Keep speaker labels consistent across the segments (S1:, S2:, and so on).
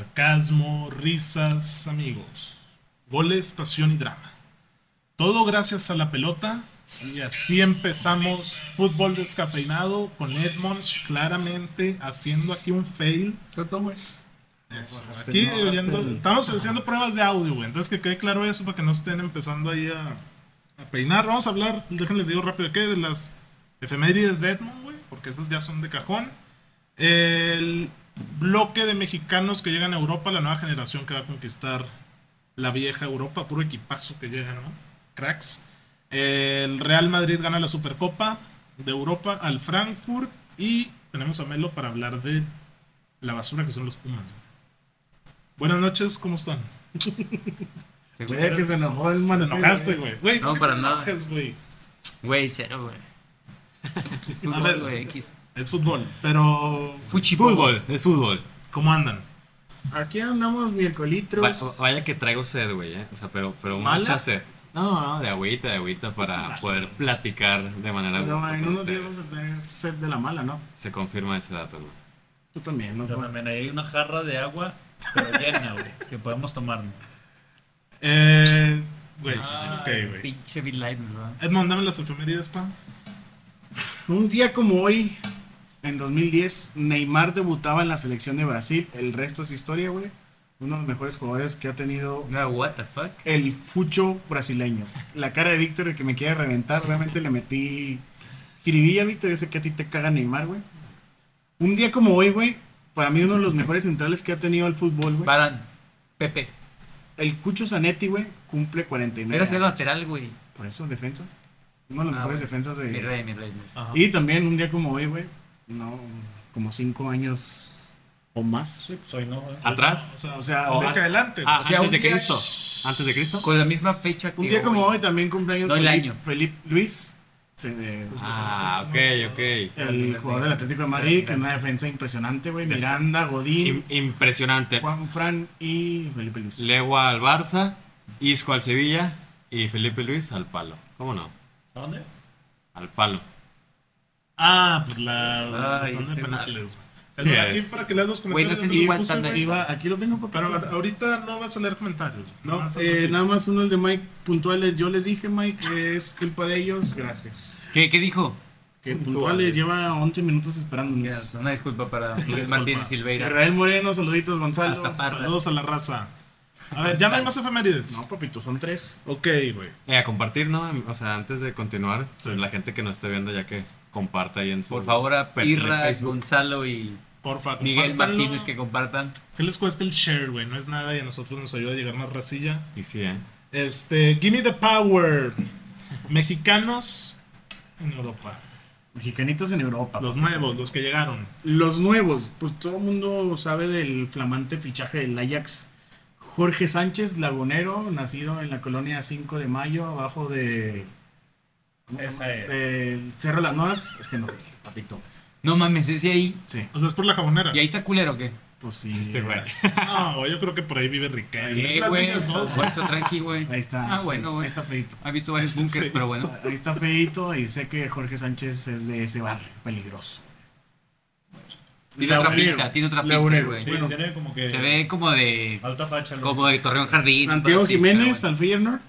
S1: sarcasmo, risas, amigos, goles, pasión y drama. Todo gracias a la pelota y así empezamos fútbol descafeinado con Edmond claramente haciendo aquí un fail. Eso, Aquí oyendo- estamos haciendo pruebas de audio, güey. Entonces que quede claro eso para que no estén empezando ahí a, a peinar. Vamos a hablar, déjenles digo rápido de qué, de las efemérides de Edmond, güey, porque esas ya son de cajón. El bloque de mexicanos que llegan a Europa, la nueva generación que va a conquistar la vieja Europa, puro equipazo que llega, ¿no? Cracks. El Real Madrid gana la Supercopa de Europa al Frankfurt y tenemos a Melo para hablar de la basura que son los Pumas. güey. Buenas noches, ¿cómo están?
S2: Se
S3: Güey, que se enojó el
S1: Te
S3: Marcelo.
S1: enojaste, güey. Güey,
S2: No,
S1: ¿por qué
S2: para
S1: te
S2: nada.
S1: enojas, güey?
S2: Güey, cero, güey.
S1: A ver.
S2: Fútbol, güey, X.
S1: Es fútbol, pero
S2: Fuchi
S4: Fútbol, es fútbol.
S1: ¿cómo andan?
S3: Aquí andamos
S4: Va-
S3: miércoles.
S4: vaya que traigo sed, güey, ¿eh? O sea, pero, pero
S3: ¿Mala?
S4: mucha sed. No, no, de agüita, de agüita para poder platicar de manera
S3: Pero
S4: gustosa
S3: en
S4: con
S3: unos días
S4: ustedes.
S3: vamos a tener sed de la mala, ¿no?
S4: Se confirma ese dato, ¿no?
S3: Tú también, ¿no?
S5: Yo también, ahí hay una jarra de agua, pero llena, güey, que podemos tomar. ¿no?
S1: Eh, güey,
S2: Ah,
S1: ok, güey.
S2: Pinche Bill ¿verdad?
S1: Edmond, dame las efemérides, pa.
S3: Un día como hoy, en 2010, Neymar debutaba en la selección de Brasil. El resto es historia, güey. Uno de los mejores jugadores que ha tenido
S2: No, what the fuck.
S3: el fucho brasileño. La cara de Víctor, el que me quiere reventar, realmente le metí jiribilla, Víctor. Yo sé que a ti te caga Neymar, güey. Un día como hoy, güey, para mí uno de los mejores centrales que ha tenido el fútbol, güey.
S2: Paran. Pepe.
S3: El Cucho Zanetti, güey, cumple 49.
S2: Era ser
S3: años.
S2: lateral, güey.
S3: Por eso, defensa. Uno de los
S2: Ah,
S3: mejores
S2: bueno.
S3: defensas de.
S2: Mi rey, mi rey. güey.
S3: Y también un día como hoy, güey. No, como cinco años o más.
S5: Sí, pues hoy no, güey.
S4: ¿Atrás?
S1: O sea,
S3: O sea,
S4: Oh,
S1: de
S3: un
S4: ah,
S1: acá adelante.
S4: Ah,
S2: O sea,
S4: antes
S2: un
S4: de
S2: día-
S4: Cristo. ¿Antes de Cristo?
S2: Con la misma fecha que.
S3: un día como hoy también cumpleaños
S2: No, el
S3: Felipe,
S2: año.
S3: Felipe Luis, se- de-
S4: Ah, ok, ok.
S3: el jugador del Atlético de Madrid, que es una defensa impresionante, güey.
S4: Def-
S3: Miranda, Godín,
S4: Im- impresionante.
S3: Juan Fran y Felipe Luis.
S4: Legua al Barça, Isco al Sevilla y Felipe Luis al palo. ¿Cómo no?
S5: ¿A dónde?
S4: Al palo.
S1: Ah, pues la
S2: Ay,
S1: el botón
S2: este
S1: de
S2: güey.
S1: penales.
S4: Sí
S1: güey. El- aquí
S4: es.
S1: para que leas los
S2: Güey, no
S1: comentarios.
S2: sé
S1: no
S2: ni
S1: los
S2: cuánto
S1: puse,
S2: anda
S1: güey.
S2: ahí.
S3: Iba, aquí lo tengo, papá.
S1: Pero ahorita no vas a leer comentarios.
S3: No,
S1: Vas a
S3: eh,
S1: leer-
S3: nada más uno el de Mike puntuales. Yo les dije, Mike, que es culpa de ellos. Gracias.
S2: ¿Qué, qué dijo?
S3: Que puntuales lleva 11 minutos esperándonos.
S2: Ya, Una disculpa para Luis
S1: Disculpa.
S2: Martínez Silveira.
S3: Israel Moreno, saluditos, Gonzalo.
S2: Hasta pa-
S1: Saludos a la raza. A ver, ya no hay más efemérides.
S3: No, papito, son tres.
S1: Ok, güey.
S4: Eh, a compartir, ¿no? O sea, antes de continuar, pues,
S1: Sí.
S4: la gente que nos esté viendo ya que comparta ahí en su...
S2: Por favor, a
S4: perfil de
S2: Pirra,
S4: Facebook.
S2: Gonzalo y
S1: Porfa,
S2: Miguel
S1: compártanlo.
S2: Martínez que compartan.
S1: ¿Qué les cuesta el share, güey? No es nada y a nosotros nos ayuda a llegar más racilla.
S4: Y sí, ¿eh?
S1: Este, give me the power. Mexicanos en Europa.
S3: Mexicanitos en Europa.
S1: Los nuevos, los que llegaron.
S3: Los nuevos, pues todo el mundo sabe del flamante fichaje del Ajax. Jorge Sánchez Lagunero, nacido en la colonia 5 de Mayo, abajo de. ¿cómo se
S5: Esa
S3: llama?
S5: es.
S3: Del Cerro Las Nuevas. Es que no, papito.
S2: No mames, ese ahí.
S3: Sí,
S1: O sea, es por la jabonera.
S2: ¿Y ahí está culero o qué?
S3: pues sí.
S4: Este güey.
S1: No, güey, yo creo que por ahí vive Riquelme. Es
S2: ¿Qué,
S1: Las
S2: güey?
S1: Vegas, ¿no?
S2: Puesto tranqui, güey.
S3: Ahí está.
S2: Ah, bueno, güey.
S3: Ahí está feito.
S2: Ha visto varios bunkers, pero bueno.
S3: Ahí está feito y sé que Jorge Sánchez es de ese barrio peligroso.
S2: Tiene otra
S3: Lagunero.
S2: pinta, tiene otra pinta,
S3: Lagunero,
S2: güey.
S5: Sí,
S3: Bueno.
S5: tiene como que
S2: Se ve como de.
S5: alta facha. los-
S2: Como de Torreón Jardín.
S3: Santiago
S2: pero sí,
S3: Jiménez
S2: pero
S3: al Feyenoord.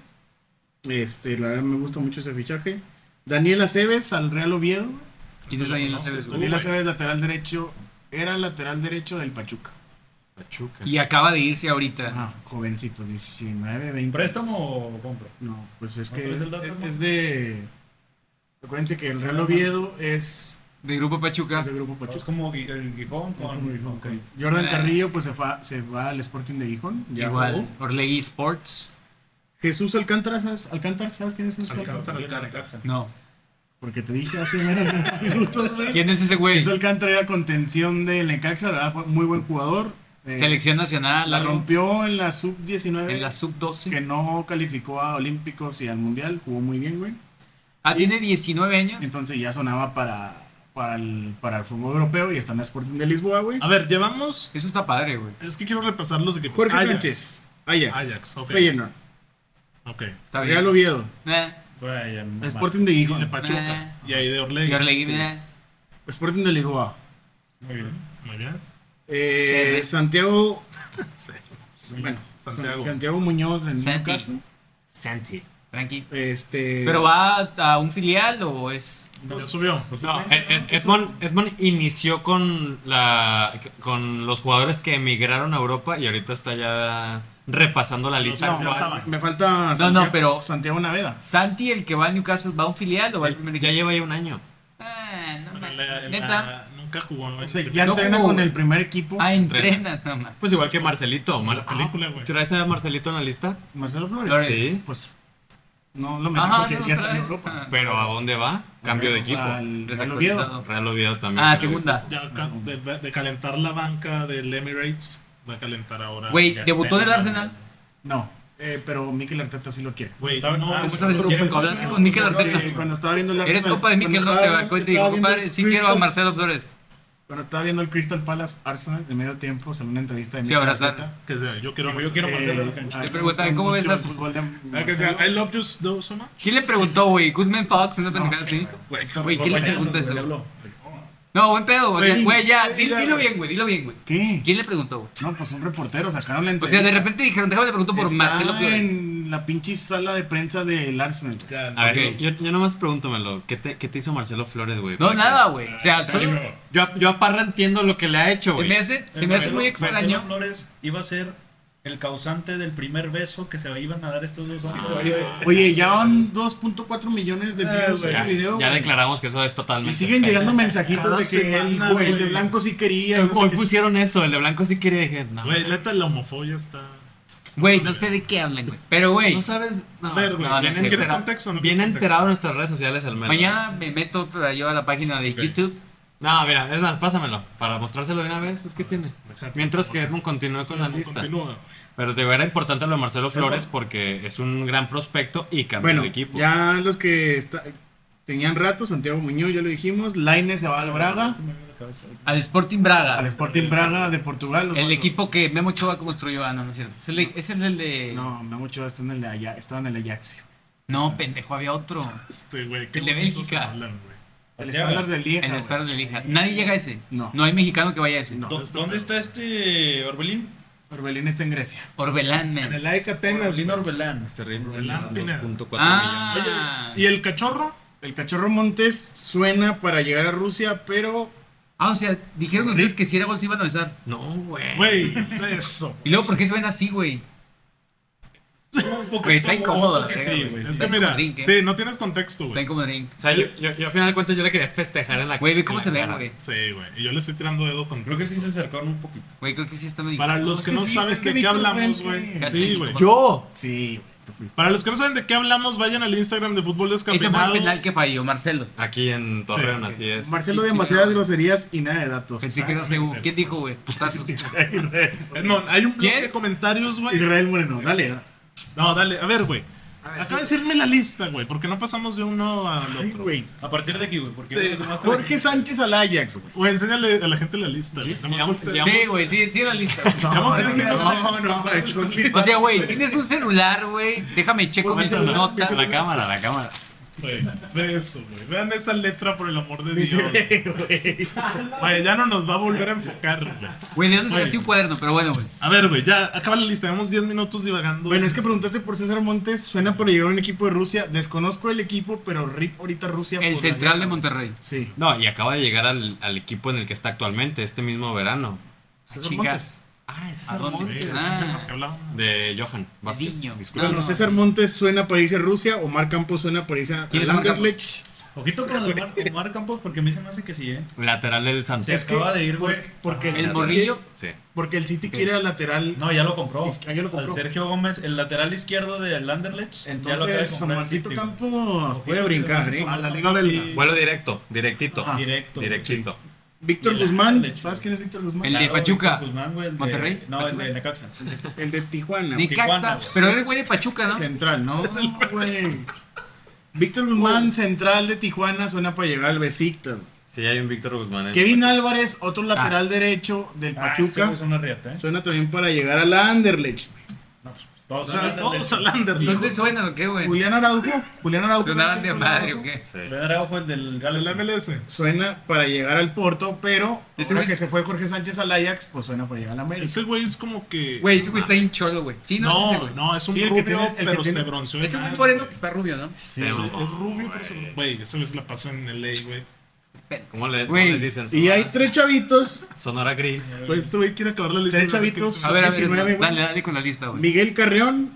S3: Este, la verdad me gusta mucho ese fichaje. Daniel Aceves al Real Oviedo.
S2: bueno. ¿Quién es ahí en la CB, güey?
S3: Daniel
S1: güey.
S3: Aceves lateral derecho. Era lateral derecho del Pachuca.
S4: Pachuca.
S2: Y acaba de irse ahorita.
S3: Ah, jovencito, 19, 20.
S5: ¿Préstamo o compro?
S3: No, pues es
S5: ¿No
S3: que es,
S5: traes el dato, no?
S3: es de... Acuérdense que el Real Oviedo es
S2: De Grupo Pachuca.
S3: del grupo
S5: Es
S3: Pachuca.
S5: como Gui- el Gijón con. Ok.
S3: Jordan
S2: Ah.
S3: Carrillo pues se, fa- se va al Sporting de Gijón. ya jugó.
S2: Igual. Orlegui Sports.
S3: Jesús Alcántara, ¿sabes? Alcántara, ¿sabes quién es Jesús Alcántara?
S1: Alcántara.
S2: No.
S3: Porque te dije hace menos minutos, güey.
S2: ¿Quién es ese güey?
S3: Jesús Alcántara era contención del Necaxa, la verdad, fue muy buen jugador. Eh,
S2: Selección Nacional.
S3: La
S2: algo.
S3: rompió en la sub-19,
S2: En la
S3: que
S2: sub-12.
S3: no calificó a Olímpicos y al Mundial, jugó muy bien, güey.
S2: Ah, tiene 19 años.
S3: Entonces ya sonaba para, para, el, para el fútbol europeo y está en la Sporting de Lisboa, güey.
S1: A ver, llevamos.
S2: Eso está padre, güey.
S1: Es que quiero repasar los equipos. Ah,
S3: Jorge
S1: Ajax.
S3: Sánchez, Ajax,
S1: Ajax, ok.
S3: Feyenoord,
S1: Ok.
S2: Está bien.
S3: Real Oviedo,
S2: Nah,
S5: Güey, ya me-
S3: Sporting de
S1: Y de
S3: Gijón,
S1: Pachuca.
S2: Nah.
S1: Y ahí de Orlegui.
S2: Y Ah. Orlegui,
S1: Sí.
S2: nah.
S3: Sporting de Lisboa,
S5: Muy bien.
S1: Muy bien.
S3: eh,
S2: Sí.
S3: Santiago
S1: Sí.
S3: Bueno,
S1: Santiago.
S3: Santiago. Muñoz en
S2: Santi.
S3: caso.
S2: Santi. Tranqui.
S3: Este.
S2: ¿Pero va a un filial o es.?
S1: Ya subió.
S4: No, Ed- Ed-
S2: pues,
S4: Edmond, Edmond inició con, la, con los jugadores que emigraron a Europa y ahorita está ya repasando la lista.
S1: No, ya
S3: No,
S1: estaba.
S3: me falta.
S2: No, no, pero-
S3: Santiago Naveda.
S2: ¿Santi, el que va al Newcastle, va a un filial o va al primer
S4: ya
S2: equipo?
S4: lleva ya un año.
S2: Ah, no
S1: En
S2: mames.
S1: la- en
S2: Neta.
S1: la- nunca jugó. en
S3: O sea,
S1: el-
S3: ya
S2: No
S3: entrena
S2: jugó,
S3: con
S2: güey.
S3: el primer equipo.
S2: Ah, entrena, no mames.
S4: Pues igual que
S2: Ah,
S4: Marcelito. Mar-
S1: película, güey.
S4: ¿Traes a Marcelito en la lista?
S3: Marcelo Flores.
S2: Flores.
S4: Sí.
S3: Pues no lo metí
S2: Ajá,
S3: porque
S2: no, otra
S3: ya está en
S2: vez. Ah.
S3: Europa.
S4: Pero ¿a dónde va? Cambio de equipo.
S3: Al Real
S2: Desactualizado.
S3: Oviedo.
S4: Real Oviedo también.
S2: Ah,
S4: Pero-
S2: segunda.
S1: Ya ca- de, de calentar la banca del Emirates, va a calentar ahora.
S2: Güey,
S5: Ya
S2: debutó
S5: sé,
S2: en el
S5: no,
S2: Arsenal.
S3: No, eh, pero Mikel Arteta sí lo quiere.
S1: Güey,
S5: ¿Cómo
S1: no,
S5: sabes?
S1: pero
S5: ¿Cómo
S1: ¿quieres-
S2: Pues, hablaste con Mikel Arteta?
S3: Eh, cuando estaba viendo el
S2: Eres
S3: Arsenal-
S2: compa de mí que
S3: cuando
S2: no te
S3: estaba
S2: va
S3: viendo-
S2: a cuenta y
S3: estaba
S2: digo,
S3: viendo
S2: compadre, sí
S3: Crystal-
S2: quiero a Marcelo Flores.
S3: Cuando estaba viendo el Crystal Palace Arsenal de medio tiempo, salió una entrevista de
S2: Sí,
S3: Mikel
S2: abrazar.
S3: Arteta. eh,
S1: Que sea, yo quiero.
S5: Yo quiero Marcelo en la cancha.
S3: a mí me
S2: preguntan,
S3: gusta
S2: ¿cómo ves
S3: mucho
S2: la-
S3: el fútbol de
S1: Ah, que sea,
S3: Marcelo.
S1: I love you so so much.
S2: ¿Quién le preguntó, güey? Guzmán Fox, una
S3: No,
S2: pendejada así.
S3: sí,
S2: Güey, ¿quién le
S5: Bueno,
S2: pregunta
S5: güey, le
S2: eso?
S5: habló.
S2: No, buen pedo. O sea,
S1: Güey,
S2: güey, ya,
S1: güey,
S2: dilo,
S1: ya,
S2: dilo
S1: güey.
S2: bien, güey, dilo bien, güey.
S3: ¿Qué?
S2: ¿Quién le preguntó, güey?
S3: No, pues un reportero, sacaron la
S2: O
S3: entrevista.
S2: sea, de repente dijeron, déjame le pregunto por
S3: Está
S2: Marcelo Flores.
S3: en la pinche sala de prensa del Arsenal. güey.
S1: Ya,
S4: A ver,
S2: Ok.
S4: yo, yo nomás pregúntamelo. ¿Qué te, qué te hizo Marcelo Flores, güey?
S2: No,
S4: Para que-
S2: nada, güey. O sea,
S5: Sí,
S2: solo-
S5: no.
S4: Yo, a- yo a Parra entiendo lo que le ha hecho,
S2: se me
S4: güey.
S2: hace, se me hace muy
S5: Marcelo
S2: extraño.
S5: Flores iba a ser el causante del primer beso que se iban a dar estos dos hombres.
S3: Oye, ya van 2.4 millones de
S1: Ah,
S3: views
S1: güey.
S3: ese
S4: Ya,
S3: video.
S4: ya
S3: güey.
S4: declaramos que eso es totalmente.
S3: Y siguen llegando mensajitos
S1: Cada
S3: de que el,
S1: semana,
S3: güey, el
S1: güey.
S3: de blanco sí quería.
S4: Hoy
S3: no sé
S4: hoy
S3: qué
S4: pusieron eso, el de blanco sí quería dije, no.
S1: Güey, neta, la homofobia está.
S2: Güey, no sé de qué hablan, güey. Pero, güey,
S4: No sabes. No,
S1: A ver, güey,
S2: no, no
S1: ¿quieren-
S2: sé,
S1: ¿quieres
S2: pero-
S1: contexto o no
S4: bien
S1: quieres
S4: enterado en nuestras redes sociales al menos.
S2: mañana me meto otra- yo a la página de
S1: Ok.
S2: YouTube.
S4: No, mira, es más, pásamelo. Para mostrárselo de una vez, pues, ¿qué tiene?
S1: contexto? Déjate,
S4: Mientras que
S1: por
S4: Edmund continúe
S1: favor.
S4: con la
S1: Sí,
S4: lista.
S1: continúa, güey.
S4: Pero te digo, era importante lo de Marcelo Flores porque es un gran prospecto y cambió
S3: Bueno,
S4: de equipo.
S3: ya los que está- tenían rato, Santiago Muñoz, ya lo dijimos, Laine se va al Braga,
S2: Al Sporting Braga.
S3: al Sporting Braga de Portugal. los
S2: Ah, El
S3: vatos.
S2: equipo que Memo Ochoa construyó. Ah, no, no es cierto. Es el, es el de. No,
S3: No, me mucho está en el Aya- estaba en el Ajaxio.
S2: pendejo, había otro.
S1: Este, güey, qué
S2: El de
S1: bonitos
S2: Bélgica.
S1: hablan, güey.
S3: El
S5: Santiago.
S3: estándar de Lieja.
S2: En el
S3: güey.
S2: Star de Lija. Nadie llega a ese.
S3: No.
S2: No hay mexicano que vaya a ese.
S3: No.
S5: ¿Dó- ¿Dónde está este Orbelín?
S3: Orbelín está en Grecia.
S2: Orbelán, men.
S1: En el AEK Atenas.
S5: Orbelín
S1: güey.
S5: Orbelán.
S4: Este ritmo,
S1: Rolán Pineda.
S4: 2.4 millones.
S2: Ah,
S1: Oye, ¿y el cachorro?
S3: El cachorro Montes suena para llegar a Rusia, pero
S2: ah, o sea, dijeron ustedes que si era gol se iban a besar.
S4: No, güey.
S1: Güey, eso.
S2: Y luego, ¿por qué se ven así, güey?
S5: Un poquito
S2: Güey, está incómodo la
S5: Sí,
S2: verga,
S5: güey.
S2: güey.
S1: Es
S2: Está
S1: que
S2: en
S1: mira,
S2: como drink, ¿eh?
S1: sí, no tienes contexto,
S2: Está
S1: güey.
S2: como drink.
S4: O sea, yo, yo, yo a final de cuentas yo le quería festejar en la
S2: Güey, ve cómo
S4: en
S2: se
S4: la
S2: ve,
S4: cara.
S2: güey.
S1: Sí, güey. Y yo le estoy tirando dedo con.
S5: Creo que sí se acercaron un poquito.
S2: Güey, creo que sí está medio.
S1: Para los que
S3: Es que
S1: no
S3: sí,
S1: saben
S3: es que
S1: de qué
S3: Víctor
S1: hablamos,
S3: Franklin.
S1: güey. Sí, güey.
S4: ¡Yo!
S3: sí, güey, tú fuiste.
S1: Para los que no saben de qué hablamos, vayan al Instagram de Fútbol
S2: Ese fue el
S1: Descafeinado.
S2: penal que falló, Marcelo.
S4: Aquí en Torreón,
S1: Sí, ok.
S4: así es.
S3: Marcelo
S2: Sí, sí,
S3: demasiadas
S2: no.
S3: groserías y nada de datos.
S2: Pensé que era seguro. ¿Quién dijo, güey? Putazos.
S1: Edmond, hay un bloque
S2: ¿Quién?
S1: de comentarios, güey.
S3: Ah, Israel Moreno, dale.
S1: No, dale, a ver, güey. Acaba de decirme la lista, güey, porque no pasamos de uno al
S3: Ay,
S1: otro.
S3: güey.
S5: A partir de aquí, güey, porque
S1: Sí.
S5: los demás están
S3: Jorge Sánchez al Ajax, güey.
S1: Güey, enséñale a la gente la lista, güey.
S4: Sí,
S1: No me
S4: llegamos-
S1: gusta.
S4: llegamos-
S2: Sí, güey, sí, sí era lista. güey.
S1: Vamos a ver qué pasa.
S3: no, no, no, son listas.
S2: O sea, güey, tienes un celular, güey. Déjame checo mis
S1: Pónsela,
S2: notas.
S4: La cámara, la cámara.
S1: Güey, ve eso, güey. Vean esa letra, por el amor de
S3: Dice,
S1: Dios. Güey, ya no nos va a volver a enfocar, güey.
S2: Güey, ¿de dónde
S1: Güey.
S2: sacaste un cuaderno? Pero bueno, güey.
S1: A ver, güey, ya acaba la lista. Llevamos 10 minutos divagando.
S3: Bueno, es que preguntaste por César Montes, suena por llegar a un equipo de Rusia. Desconozco el equipo, pero RIP ahorita Rusia.
S2: El
S3: por
S2: central
S3: allá.
S2: de Monterrey.
S3: Sí.
S4: No, y acaba de llegar al, al equipo en el que está actualmente, este mismo verano.
S3: César
S2: Chicas.
S3: Montes.
S4: Ah, ese es
S2: ¿A dónde?
S1: güey,
S4: Montes.
S2: Ah.
S1: esas que hablábamos.
S4: De Johan Vázquez.
S2: Niño.
S4: disculpa.
S3: Bueno,
S2: No, no.
S3: César Montes suena para irse a Rusia, Omar Campos suena para irse a
S2: ¿Quién es Omar
S3: Anderlecht.
S5: Ojito con Omar, Omar Campos porque a mí se me hace que sí, ¿eh?
S4: Lateral del
S5: Se
S4: Santos.
S5: Es que- acaba de ir,
S3: por-
S5: güey.
S3: Porque
S5: Ajá.
S3: el,
S2: El
S3: City
S2: morrillo.
S3: quiere-
S4: Sí.
S3: porque el City
S2: Ok.
S3: quiere al lateral.
S5: No, ya lo compró.
S3: Es- ah, ya lo
S5: Al
S3: compró.
S5: Sergio Gómez, el lateral izquierdo del Anderlecht. ya lo acaba de
S3: Entonces,
S5: comprar el
S3: Omarcito
S5: City, güey.
S3: Campos
S5: Ojito
S3: puede
S5: que
S3: brincar,
S5: se
S3: ¿eh?
S5: va
S1: A la Liga Belga.
S4: Vuelo directo, directito.
S3: Ajá.
S5: Directo. güey.
S4: Directito.
S3: Víctor
S5: Y el
S3: Guzmán.
S5: Anderlecht,
S3: ¿Sabes
S5: güey.
S3: quién es Víctor Guzmán?
S2: El de
S5: Claro, güey,
S2: Pachuca.
S5: Guzmán, güey, el de-
S2: Monterrey.
S5: No, el
S2: Pachuca.
S5: de Necaxa.
S3: El de Tijuana.
S2: Ni
S5: Tijuana,
S2: Caxas.
S5: güey.
S2: Pero era el güey de Pachuca, ¿no?
S3: Central, ¿no? güey. Víctor Guzmán, central de Tijuana, suena para llegar al Besiktas.
S4: Sí, hay un Víctor Guzmán. en-
S3: Kevin Álvarez, otro lateral derecho del
S5: Ah, ese
S3: Pachuca,
S5: güey es una riata, ¿eh?
S3: suena también para llegar al Anderlecht. güey.
S5: No, pues, pues,
S1: O
S5: Todos
S1: sea,
S5: hablan de-
S1: todos Alander.
S2: ¿No te suenan o qué, güey?
S3: Julián Araujo. Julián Araujo.
S2: ¿Sonaban
S3: ¿sabes
S2: de
S3: quién es Julián
S2: madre o
S3: Araujo?
S2: qué?
S4: Sí.
S5: Julián Araujo, el del
S1: El
S5: Galaxy.
S1: MLS.
S3: Suena para llegar al Porto, pero
S2: Ese
S3: ahora
S2: güey-
S3: que se fue Jorge Sánchez al Ajax, pues suena para llegar al América.
S1: Ese güey es como que.
S2: Güey, ese güey está bien cholo, güey. Sí, no, es ese,
S1: no,
S2: güey.
S1: no, es un
S3: Sí, el que
S1: rubio,
S3: tiene- el que
S1: pero
S3: tiene-
S1: se bronceó.
S2: Este güey
S1: más,
S2: es moreno
S1: güey.
S2: que está rubio, ¿no?
S1: Sí, es, es rubio, pero se- Güey, ese les la pasa en LA, güey.
S4: ¿Cómo le, cómo
S2: Güey,
S4: les dicen?
S3: Y
S4: Sonora,
S3: hay tres chavitos.
S4: Sonora Gris.
S1: Güey, este güey quiere acabar la lista.
S3: Tres
S1: desde que-
S3: chavitos.
S2: A ver, a ver,
S3: 19, güey.
S2: dale, dale con la lista, güey.
S3: Miguel Carrión,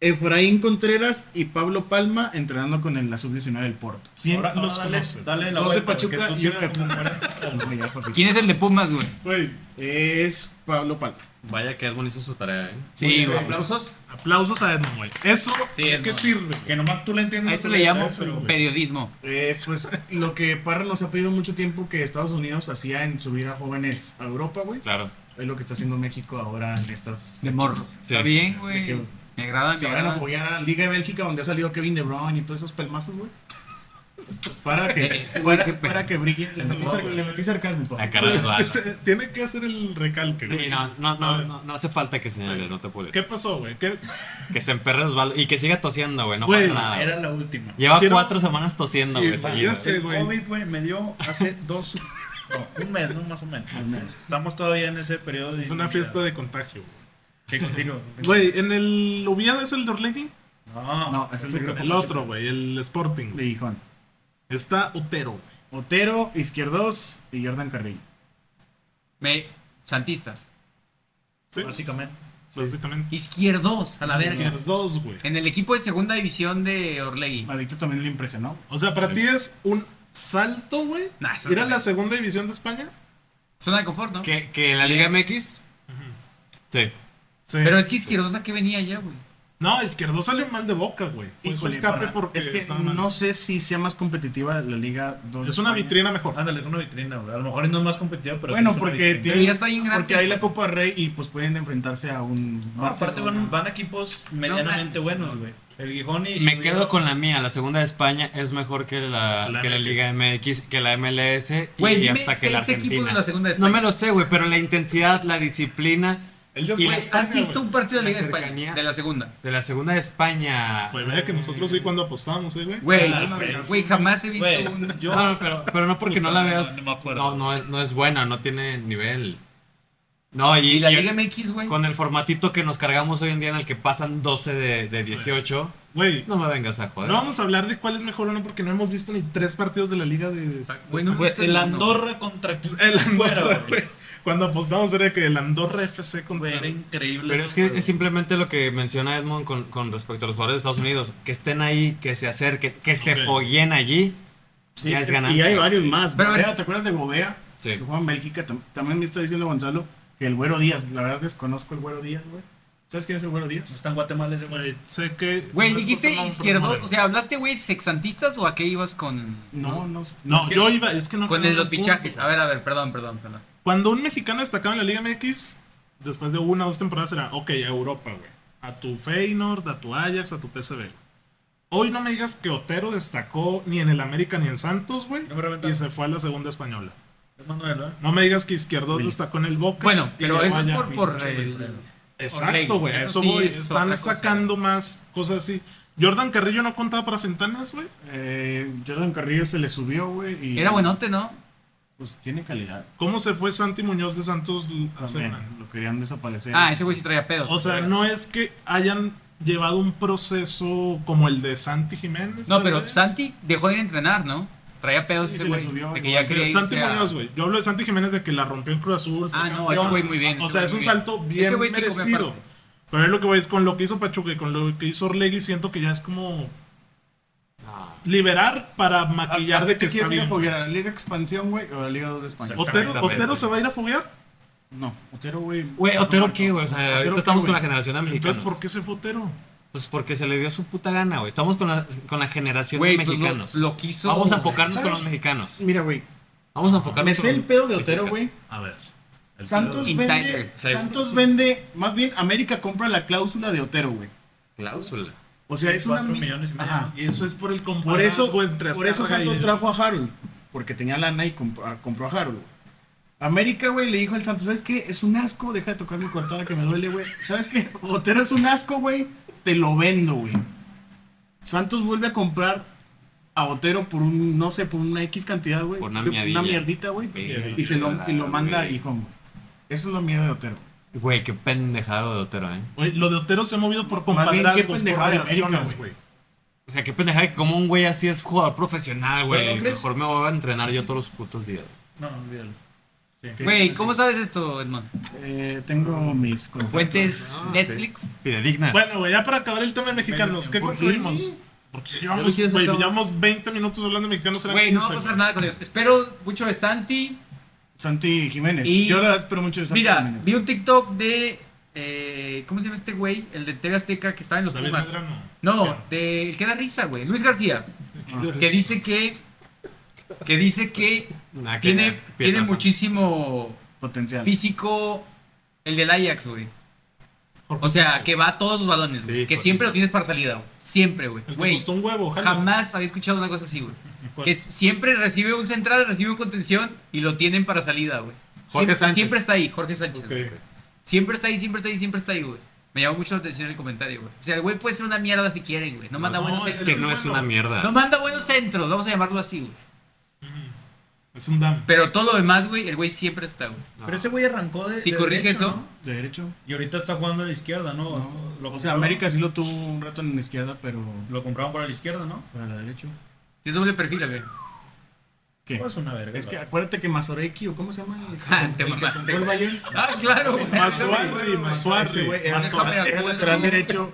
S3: Efraín Contreras y Pablo Palma entrenando con el, la sub-19 del Porto.
S1: ¿Quién
S5: Ahora-
S1: los
S5: ahora dale-
S1: conoce?
S5: Dale la
S3: Dos de
S5: vuelta,
S3: Pachuca
S5: porque tú
S3: y uno de
S5: tienes como
S3: Pumas.
S5: buenas-
S3: Ay, ya, papi.
S2: ¿Quién es el de Pumas, güey?
S1: Güey,
S3: Es Pablo Palma.
S4: Vaya que Edmond hizo su tarea, ¿eh?
S2: Sí, güey.
S4: ¿Aplausos?
S1: aplausos a Edmond, güey. Eso,
S2: Sí,
S1: ¿de ¿qué
S2: Edmond.
S1: sirve?
S5: Que nomás tú le entiendes.
S2: A eso le llamo
S1: Eso, güey.
S2: periodismo.
S3: Es pues, lo que Parra nos ha pedido mucho tiempo que Estados Unidos hacía en subir a jóvenes a Europa, güey.
S4: Claro.
S3: Es lo que está haciendo México ahora en estas.
S2: De
S3: fechas.
S2: morro.
S4: Sí.
S2: Está bien,
S3: De
S2: güey.
S3: que-
S2: Me agrada,
S3: Se
S2: me
S3: van a
S2: agrada.
S3: apoyar a Liga de Bélgica, donde ha salido Kevin De Bruyne y todos esos pelmazos, güey. Para que,
S2: Este güey,
S3: para,
S2: qué pe-
S3: para que brillen. Le metí, sar- le metí sarcasmo, papá.
S4: La cara de Eduardo.
S1: Ese- Tiene que hacer el recalque,
S4: Sí,
S1: güey.
S4: no, no,
S1: A
S4: no,
S1: ver.
S4: no, no hace falta que señale,
S1: Sí.
S4: no te apures.
S1: ¿Qué pasó, güey? ¿Qué-
S4: Que se emperre Osvaldo y que siga tosiendo, güey, no
S1: Güey,
S4: pasa nada.
S5: Era
S4: güey.
S5: la última.
S4: Lleva
S1: Quiero-
S4: cuatro semanas tosiendo,
S1: Sí,
S4: güey,
S1: vaya,
S4: seguido.
S1: sí.
S5: El
S1: güey.
S5: COVID, güey, me dio hace dos. No, un mes, ¿no? Más o menos.
S3: Al menos.
S5: Estamos todavía en ese periodo de.
S1: Es una fiesta de contagio, güey.
S5: Que continúa.
S1: Güey, ¿en el Oviedo es el de Orlegui?
S5: No,
S3: No, es el de
S1: El otro, güey, el Sporting.
S3: De
S1: güey.
S3: Gijón.
S1: Está Otero, güey.
S3: Otero, Izquierdos y Jordan Carrillo.
S2: Me... Santistas.
S1: Sí,
S5: Básicamente.
S1: Básicamente.
S2: Izquierdos, a la verga.
S1: Izquierdos, güey.
S2: En el equipo de segunda división de Orlegui.
S3: Adicto también le impresionó.
S1: O sea, para
S4: Sí.
S1: ti es un salto, güey.
S2: Nah, eso
S1: Ir a
S2: no
S1: la
S2: es.
S1: segunda división de España.
S2: Zona de confort, ¿no?
S4: Que, que en la Liga MX. Sí.
S1: Sí.
S2: Pero es que Izquierdos a qué venía ya, güey.
S1: No, Izquierdo salió mal de boca, güey. Fue su
S3: Híjole,
S1: escape
S3: para-
S1: porque
S3: es que
S1: estaba mal.
S3: no sé si sea más competitiva la Liga 2.
S1: es una vitrina mejor.
S5: Ándale, es una vitrina, güey. A lo mejor no es más competitiva, pero.
S3: Bueno,
S5: sí es una
S3: porque
S5: vitrina.
S3: tiene-
S2: Pero ya está bien grande.
S3: Porque hay la Copa Rey y pues pueden enfrentarse a un.
S5: No, aparte
S3: Barcelona.
S5: van, van equipos medianamente
S2: No,
S5: buenos,
S2: no.
S5: güey. El Gijón y.
S4: Me quedo con la mía, la segunda de España es mejor que la,
S1: La
S4: que la
S1: MX.
S4: Liga MX, que la MLS
S2: Güey,
S4: y
S2: dime
S4: hasta que la
S2: seis equipos de la
S4: Argentina.
S2: segunda de
S4: No
S2: España.
S4: me lo sé, güey, pero la intensidad, la disciplina
S1: Él ya fue a
S4: Y la-
S2: Güey,
S1: España,
S2: ¿Has visto
S1: güey.
S2: un partido de la
S4: La
S2: Liga de España?
S4: cercanía.
S2: De la segunda.
S4: de la segunda de España.
S1: Pues vea que nosotros sí cuando apostamos, ¿eh, güey.
S2: Güey,
S5: Ah,
S2: no,
S5: güey.
S2: güey, jamás he visto
S5: Güey,
S2: un...
S5: yo.
S4: No, no, pero, pero no porque no
S5: Puta,
S4: la veas.
S5: no me
S4: No,
S5: acuerdo.
S4: no es, no es buena, no tiene nivel. No, y,
S2: Y la
S4: y
S2: Liga MX, güey.
S4: con el formatito que nos cargamos hoy en día en el que pasan 12 de, de 18,
S1: Güey,
S4: no me vengas a joder.
S1: no vamos a hablar de cuál es mejor o no porque no hemos visto ni tres partidos de la liga de... de
S2: Güey, no me
S5: Güey,
S2: gusta
S5: el
S2: ninguno.
S5: Andorra contra.
S1: el Andorra,
S5: Fuera,
S1: güey. Cuando apostamos era que el Andorra FC
S5: Güey,
S1: contra...
S5: era increíble. ese
S4: Pero es que
S5: juego.
S4: es simplemente lo que menciona Edmond con, con respecto a los jugadores de Estados Unidos. Que estén ahí, que se acerquen, que se
S1: Ok.
S4: follen allí.
S3: Sí,
S4: ya es
S3: es-
S4: ganancia.
S3: Y hay varios más.
S2: Pero, a ver-
S3: Gobea, ¿Te acuerdas de Gobea?
S4: Sí.
S3: Que juega en Bélgica. Tam- También me está diciendo Gonzalo que el Güero Díaz. La verdad desconozco el Güero Díaz, güey. ¿Sabes quién es el Güero
S5: No
S3: Díaz?
S5: está en Guatemala ese güey.
S1: Güey, sé que...
S2: Güey,
S1: no es
S2: dijiste
S1: Guatemala,
S2: izquierdo.
S1: pero-
S2: O sea, ¿hablaste, güey, sexantistas o a qué ibas con...?
S3: No, no.
S1: No,
S2: es que-
S1: yo iba... Es que no...
S2: Con
S1: creo
S2: el-
S1: en
S2: los
S1: fútbol.
S2: fichajes. A ver, a ver, perdón, perdón, perdón.
S1: Cuando un mexicano destacaba en la Liga MX, después de una o dos temporadas era, ok, a Europa, güey. A tu Feyenoord, a tu Ajax, a tu PSV. güey. Hoy no me digas que Otero destacó ni en el América ni en Santos, güey.
S5: No me reventas.
S1: Y se fue a la segunda española.
S5: Es Manuel, ¿eh?
S1: No me digas que Izquierdos
S3: Sí.
S1: destacó en el Boca.
S2: Bueno,
S1: y
S2: pero
S1: llegó
S2: eso es
S1: allá.
S2: por, por
S5: pinche
S2: el...
S5: Wilfredo.
S1: Exacto, güey. a
S2: Eso
S1: Eso
S2: sí
S1: voy.
S2: es
S1: Están
S2: otra cosa.
S1: sacando más cosas así. Jordan Carrillo no contaba para Fentanas, güey.
S3: Eh, Jordan Carrillo se le subió, güey. y-
S2: Era buenote, ¿no?
S3: Pues tiene calidad.
S1: ¿Cómo se fue Santi Muñoz de Santos hace
S3: También.
S1: un año?
S3: Lo querían desaparecer.
S2: Ah, ese güey sí traía pedos.
S1: O sea, no es que hayan llevado un proceso como el de Santi Jiménez.
S2: No,
S1: tal
S2: pero
S1: vez.
S2: Santi dejó de ir a entrenar, ¿no? Traía pedos
S3: Sí,
S2: ese
S3: se le
S2: güey.
S3: subió,
S2: De que
S3: igual.
S2: ya
S1: Pero
S2: quería
S1: Santi
S2: irse a-
S1: Muñoz, güey. Yo hablo de Santi Jiménez de que la rompió en Cruz Azul. fue
S2: Ah, no,
S1: campeón.
S2: ese güey muy bien,
S1: O
S2: ese
S1: sea,
S2: güey
S1: es un
S2: muy bien.
S1: salto
S2: Ese
S1: bien
S2: güey sí comió
S1: merecido.
S2: aparte.
S1: Pero es lo que voy es con lo que hizo Pachuca y con lo que hizo Orlegui, siento que ya es como
S4: Ah.
S1: liberar para maquillar Ah, de que está bien.
S3: porque ¿La Liga Expansión, güey? ¿O la Liga 2 de España?
S4: O sea,
S1: Otero,
S4: Exactamente.
S1: Otero se va a ir a foguear.
S3: No, Otero, güey.
S4: Güey, Otero qué, güey. O sea,
S3: Otero
S4: ahorita
S3: qué,
S4: estamos
S3: güey.
S4: con la generación de mexicanos.
S1: Entonces, ¿por qué se fue Otero?
S4: Pues porque se le dio su puta gana, güey. Estamos con la, con la generación
S2: Güey,
S4: de
S2: pues lo,
S4: mexicanos.
S2: lo quiso...
S4: Vamos a enfocarnos con
S3: ¿sabes?
S4: los mexicanos.
S3: Mira, güey.
S4: Vamos a enfocarnos
S3: Me
S4: con
S3: sé el
S4: los
S3: pedo de Otero, güey.
S5: A ver. El
S3: Santos
S5: pedo-
S3: vende,
S2: Insider.
S4: O sea, es-
S3: Santos vende, más bien América compra la cláusula de Otero, güey.
S4: Cláusula.
S3: O sea, es una
S5: Cuatro
S3: mi-
S5: millones y medio.
S3: Ajá.
S1: Y eso es por el
S3: Por eso,
S1: compadrazgo entre
S3: por eso
S1: Azcárraga y
S3: Santos
S1: él.
S3: trajo a Harold, porque tenía lana y comp- ah, compró a Harold. güey. América, güey, le dijo al Santos, ¿sabes qué? Es un asco, deja de tocar mi cortada que me duele, güey. ¿Sabes qué? Botero es un asco, güey. Te lo vendo, güey. Santos vuelve a comprar a Botero por un, no sé, por una X cantidad, güey.
S4: Por una miadilla.
S3: mierdita, güey.
S4: Verga,
S3: Y se lo, y lo manda a
S4: güey.
S3: Gijón, güey. Esa es la mierda de Otero.
S4: Güey, qué pendejado de Otero, ¿eh?
S1: Güey, lo de Otero se ha movido por
S3: Más bien, qué
S1: compadrazgos, por
S3: pendejada de América,
S1: relaciones,
S3: güey.
S1: güey.
S4: O sea, qué pendejada que como un güey así es jugador profesional,
S5: ¿Pero
S4: güey.
S5: no crees?
S4: Mejor me voy a entrenar yo todos los putos días.
S5: No, olvídalo. Sí.
S2: Güey, ¿cómo sabes esto, Edmond?
S3: Eh, tengo mis contratos.
S2: ¿Fuentes
S4: Ah,
S2: Netflix?
S4: Fidedignas.
S1: Bueno, güey, ya para acabar el tema de mexicanos, ¿qué
S3: ¿Por qué?
S1: concluimos? Porque
S2: Ya lo
S1: llevamos,
S2: quieres
S1: güey,
S2: acabar.
S1: llevamos 20 minutos hablando de mexicanos. eran
S2: Güey, no va a
S1: 15,
S2: pasar
S1: güey.
S2: nada con ellos. Espero mucho de Santi.
S3: Santi Jiménez.
S2: Y-
S3: Yo la verdad espero mucho de Santi
S2: Mira,
S3: Jiménez.
S2: vi un TikTok de. eh, ¿Cómo se llama este güey? El de TV Azteca que estaba en los
S1: David
S2: Pumas.
S1: Medrano.
S2: No, de. El que da risa, güey. Luis García.
S5: Pues-
S2: Que dice que. Que dice que
S4: Nada que
S2: tiene,
S4: ver,
S2: tiene
S4: piernas.
S2: muchísimo
S3: Potencial.
S2: físico el del Ajax, güey. O sea, que va a todos los balones, güey.
S4: Sí,
S2: que
S4: Jorge.
S2: siempre lo tienes para salida, güey. Siempre, güey.
S1: El que
S2: Güey,
S1: costó un huevo, ojalá.
S2: jamás había escuchado una cosa así, güey.
S1: ¿Cuál?
S2: Que siempre recibe un central, recibe un contención y lo tienen para salida, güey.
S4: Jorge
S2: Siempre-
S4: Sánchez.
S2: Siempre está ahí, Jorge Sánchez.
S1: Ok.
S2: güey. Siempre está ahí, siempre está ahí, siempre está ahí, güey. Me llamó mucho la atención el comentario, güey. O sea, el güey puede ser una mierda si quieren, güey. No manda
S1: No,
S2: buenos
S1: es
S4: Que
S2: centros.
S4: no es una mierda.
S2: No manda buenos centros, vamos a llamarlo así, güey.
S1: Es un dam.
S2: Pero todo lo demás, güey, el güey siempre está, güey.
S4: No.
S5: Pero ese güey arrancó de.
S2: Si
S5: de
S2: corrige
S5: derecho,
S2: eso,
S5: ¿no?
S3: De derecho.
S5: Y ahorita está jugando a la izquierda, ¿no?
S3: No.
S5: Lo
S3: O sea,
S5: compraron-
S3: América sí lo tuvo un rato en la izquierda, pero
S5: Lo compraron para la izquierda, ¿no?
S3: para la derecha.
S2: Es doble perfil, güey.
S3: ¿Qué?
S5: Pues una verga.
S3: Es que
S5: ¿verdad?
S3: acuérdate que Masoreki, o cómo se llama.
S2: Ah, te mamaste,
S3: compró el
S2: güey.
S3: Bayern.
S2: Ah, claro, güey.
S1: Masuarri,
S3: Ese güey
S1: Masuarri,
S3: era
S1: Masuarri.
S3: era lateral derecho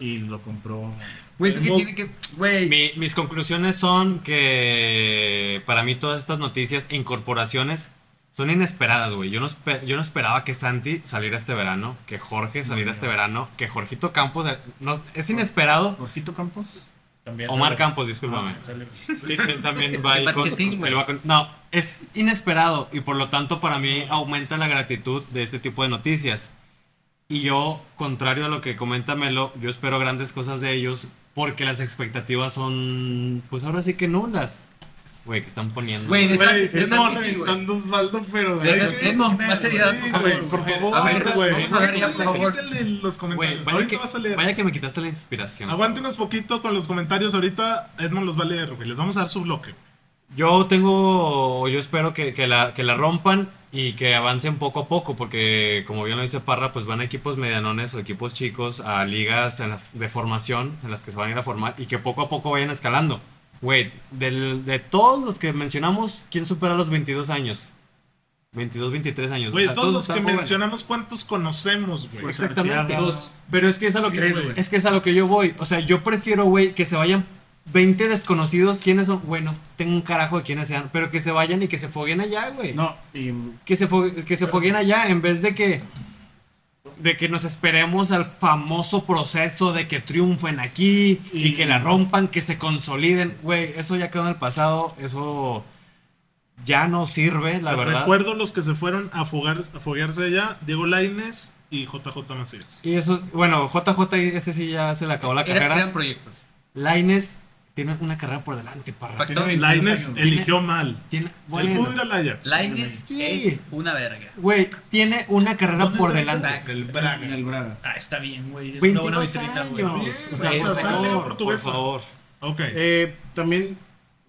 S3: y lo compró.
S2: Güey, eso que
S1: Hemos-
S2: tiene que. Güey.
S4: Mi- mis conclusiones son que para mí todas estas noticias e incorporaciones son inesperadas, güey. Yo, no espe- yo no esperaba que Santi saliera este verano, que Jorge saliera este verano, que Jorgito Campos... eh, no- es inesperado.
S3: Jorgito Campos.
S5: También
S4: Omar
S5: sale-
S4: Campos, discúlpame.
S5: sale-
S4: Sí, t- también va ahí
S2: Marquezín,
S4: con-
S2: güey.
S4: él va con- No, es inesperado y por lo tanto para mí aumenta la gratitud de este tipo de noticias. Y yo, contrario a lo que comenta Melo, yo espero grandes cosas de ellos porque las expectativas son, pues ahora sí que nulas, güey, que están poniendo.
S2: Güey, de Santi,
S1: Güey,
S2: de
S1: es no
S2: Santi, sí, güey.
S1: reventando Osvaldo, pero...
S2: De
S1: Ay,
S2: Santi-
S1: güey,
S2: Edmond, más seriedad,
S1: sí,
S2: por
S1: güey,
S2: favor.
S1: por
S2: güey.
S1: favor,
S2: A ver,
S1: güey.
S2: vamos a ver ya, por favor.
S1: Quítale los
S4: Güey,
S1: comentarios.
S4: vaya,
S1: Ahorita
S4: que,
S1: vas a leer.
S4: vaya que me quitaste la inspiración.
S1: Aguántenos poquito con los comentarios. Ahorita Edmond los va a leer, güey. Les vamos a dar su bloque.
S4: Yo tengo, o yo espero que, que la, que la rompan y que avancen poco a poco, porque como bien lo dice Parra, pues van equipos medianones o equipos chicos a ligas en las- de formación en las que se van a ir a formar y que poco a poco vayan escalando. Güey, del- de todos los que mencionamos, ¿quién supera los 22 años? 22, 23 años.
S1: Güey,
S4: O sea,
S1: todos los
S4: están
S1: que
S4: jóvenes.
S1: mencionamos, ¿cuántos conocemos, güey?
S3: Pues,
S4: Exactamente.
S3: retirado.
S4: Dos. Pero es que es a lo
S2: Sí,
S4: que
S2: güey.
S4: es que es a lo que yo voy. O sea, yo prefiero, güey, que se vayan 20 desconocidos, quiénes son, bueno, tengo un carajo de quiénes sean, pero que se vayan y que se foguen allá, güey.
S3: No, y
S4: Que se fo- que se foguen allá en vez de que de que nos esperemos al famoso proceso de que triunfen aquí y,
S3: Y-
S4: que la rompan, que se consoliden, güey, eso ya quedó en el pasado, eso ya no sirve, la verdad.
S1: Recuerdo los que se fueron a, fogar- a foguearse allá. Diego Laines y JJ Macías.
S4: Y eso, bueno, JJ ese sí ya se le acabó la
S2: Era,
S4: carrera.
S2: eran proyectos.
S4: Laines tiene una carrera por delante, parra.
S2: Fact-
S1: Laines
S3: años.
S1: eligió mal.
S4: Tiene,
S1: Él pudo ir
S4: bueno,
S1: al Ajax.
S2: Lines
S4: Sí.
S2: es una verga.
S4: güey, tiene una carrera
S5: ¿Dónde
S4: por
S5: está
S4: delante.
S2: Braga?
S1: Del
S3: en
S1: Braga.
S3: el Braga.
S5: Ah, está bien, güey. Es una buena
S4: 22
S5: vitrina, güey.
S4: años. O
S1: O sea,
S4: sea, por
S1: está en la liga
S4: favor, por
S1: portuguesa.
S4: favor.
S1: Ok.
S3: Eh, también,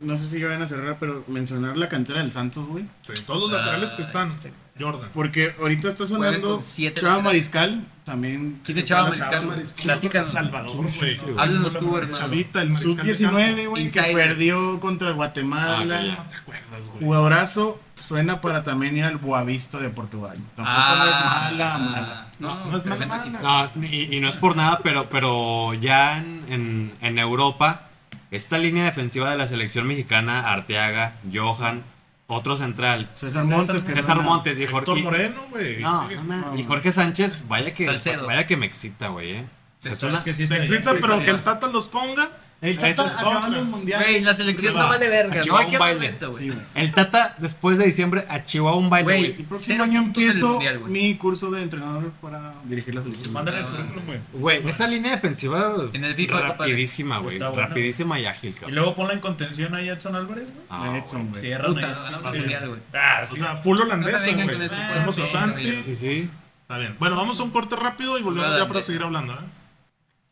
S3: no sé si van a cerrar, pero mencionar la cantera del Santos, güey.
S1: Sí, todos los laterales que están.
S4: este,
S1: Jordan.
S3: Porque ahorita está
S2: Juega
S3: sonando
S2: con siete
S3: Chava
S2: laterales.
S3: Mariscal, también.
S2: ¿Quién es Chava
S1: Chava
S2: Mariscal?
S1: Mariscal.
S2: Platícanos.
S1: Salvador,
S3: ¿Quién es
S1: güey.
S4: ese, güey?
S2: Háblanos tú, hermano.
S1: Chavita, el mariscal de campo.
S3: Sub-19, güey, que
S2: Insider.
S3: perdió contra
S4: Ah, que
S3: Guatemala.
S4: ya.
S1: No te acuerdas, güey.
S3: Jugadorazo suena para también ir al Boavista de Portugal. Tampoco no
S2: Ah.
S3: es mala, mala.
S2: No,
S1: No es mala,
S2: tremendo
S1: mala.
S2: equipo.
S4: No, y, y no es por nada, pero, pero ya en, en- en Europa, esta línea defensiva de la selección mexicana, Arteaga, Johan, otro central,
S3: César Montes, que
S4: César
S3: suena-
S4: Montes, dijo
S1: Héctor Moreno, güey.
S4: No,
S1: Sí.
S4: no, no.
S3: No,
S4: Y
S3: no.
S4: Jorge Sánchez, vaya que,
S2: Salcedo.
S4: vaya que me excita, güey. eh. O sea,
S5: Eso es
S4: suena-
S5: que sí
S1: Te
S5: está bien.
S1: excita,
S5: Sí,
S1: pero
S5: está
S1: que
S5: bien.
S1: el Tata los ponga.
S3: El Tata
S1: Esa es
S3: acabando
S1: otra.
S3: un mundial.
S2: Güey, la selección
S1: Se va.
S2: no vale verga. No
S4: Archivaba
S2: hay
S4: un
S2: que hablar de
S4: baile.
S2: esto,
S3: Sí,
S2: güey.
S3: güey.
S4: El Tata, después de diciembre, achivó un baile,
S2: Güey.
S4: güey.
S3: El
S2: Cero
S3: próximo año
S2: puntos en el
S3: empiezo
S2: mundial, güey.
S3: mi curso de entrenador para dirigir la selección.
S5: Mándale el
S2: No,
S5: centro, güey.
S4: Güey, esa línea defensiva
S2: En el FIFA, papá.
S4: rapidísima, güey.
S5: Está buena.
S4: Rapidísima y ágil,
S5: Y
S4: cabrón.
S5: luego ponla en contención ahí a Edson Álvarez, güey.
S4: Ah, güey.
S3: Edson, güey.
S5: Cierran
S2: Puta,
S5: ahí.
S2: ganamos
S5: Sí.
S2: el mundial, güey.
S5: Ah,
S1: O
S5: sí.
S1: sea, full
S2: No te
S1: holandesa,
S2: vengan
S1: güey.
S2: con ese tipo de
S1: Tenemos a
S2: cosas,
S1: Santi.
S2: güey.
S4: Sí, sí.
S1: Está bien. Bueno, vamos a un corte rápido y volvemos
S2: Holandesa.
S1: ya para seguir hablando. ¿eh?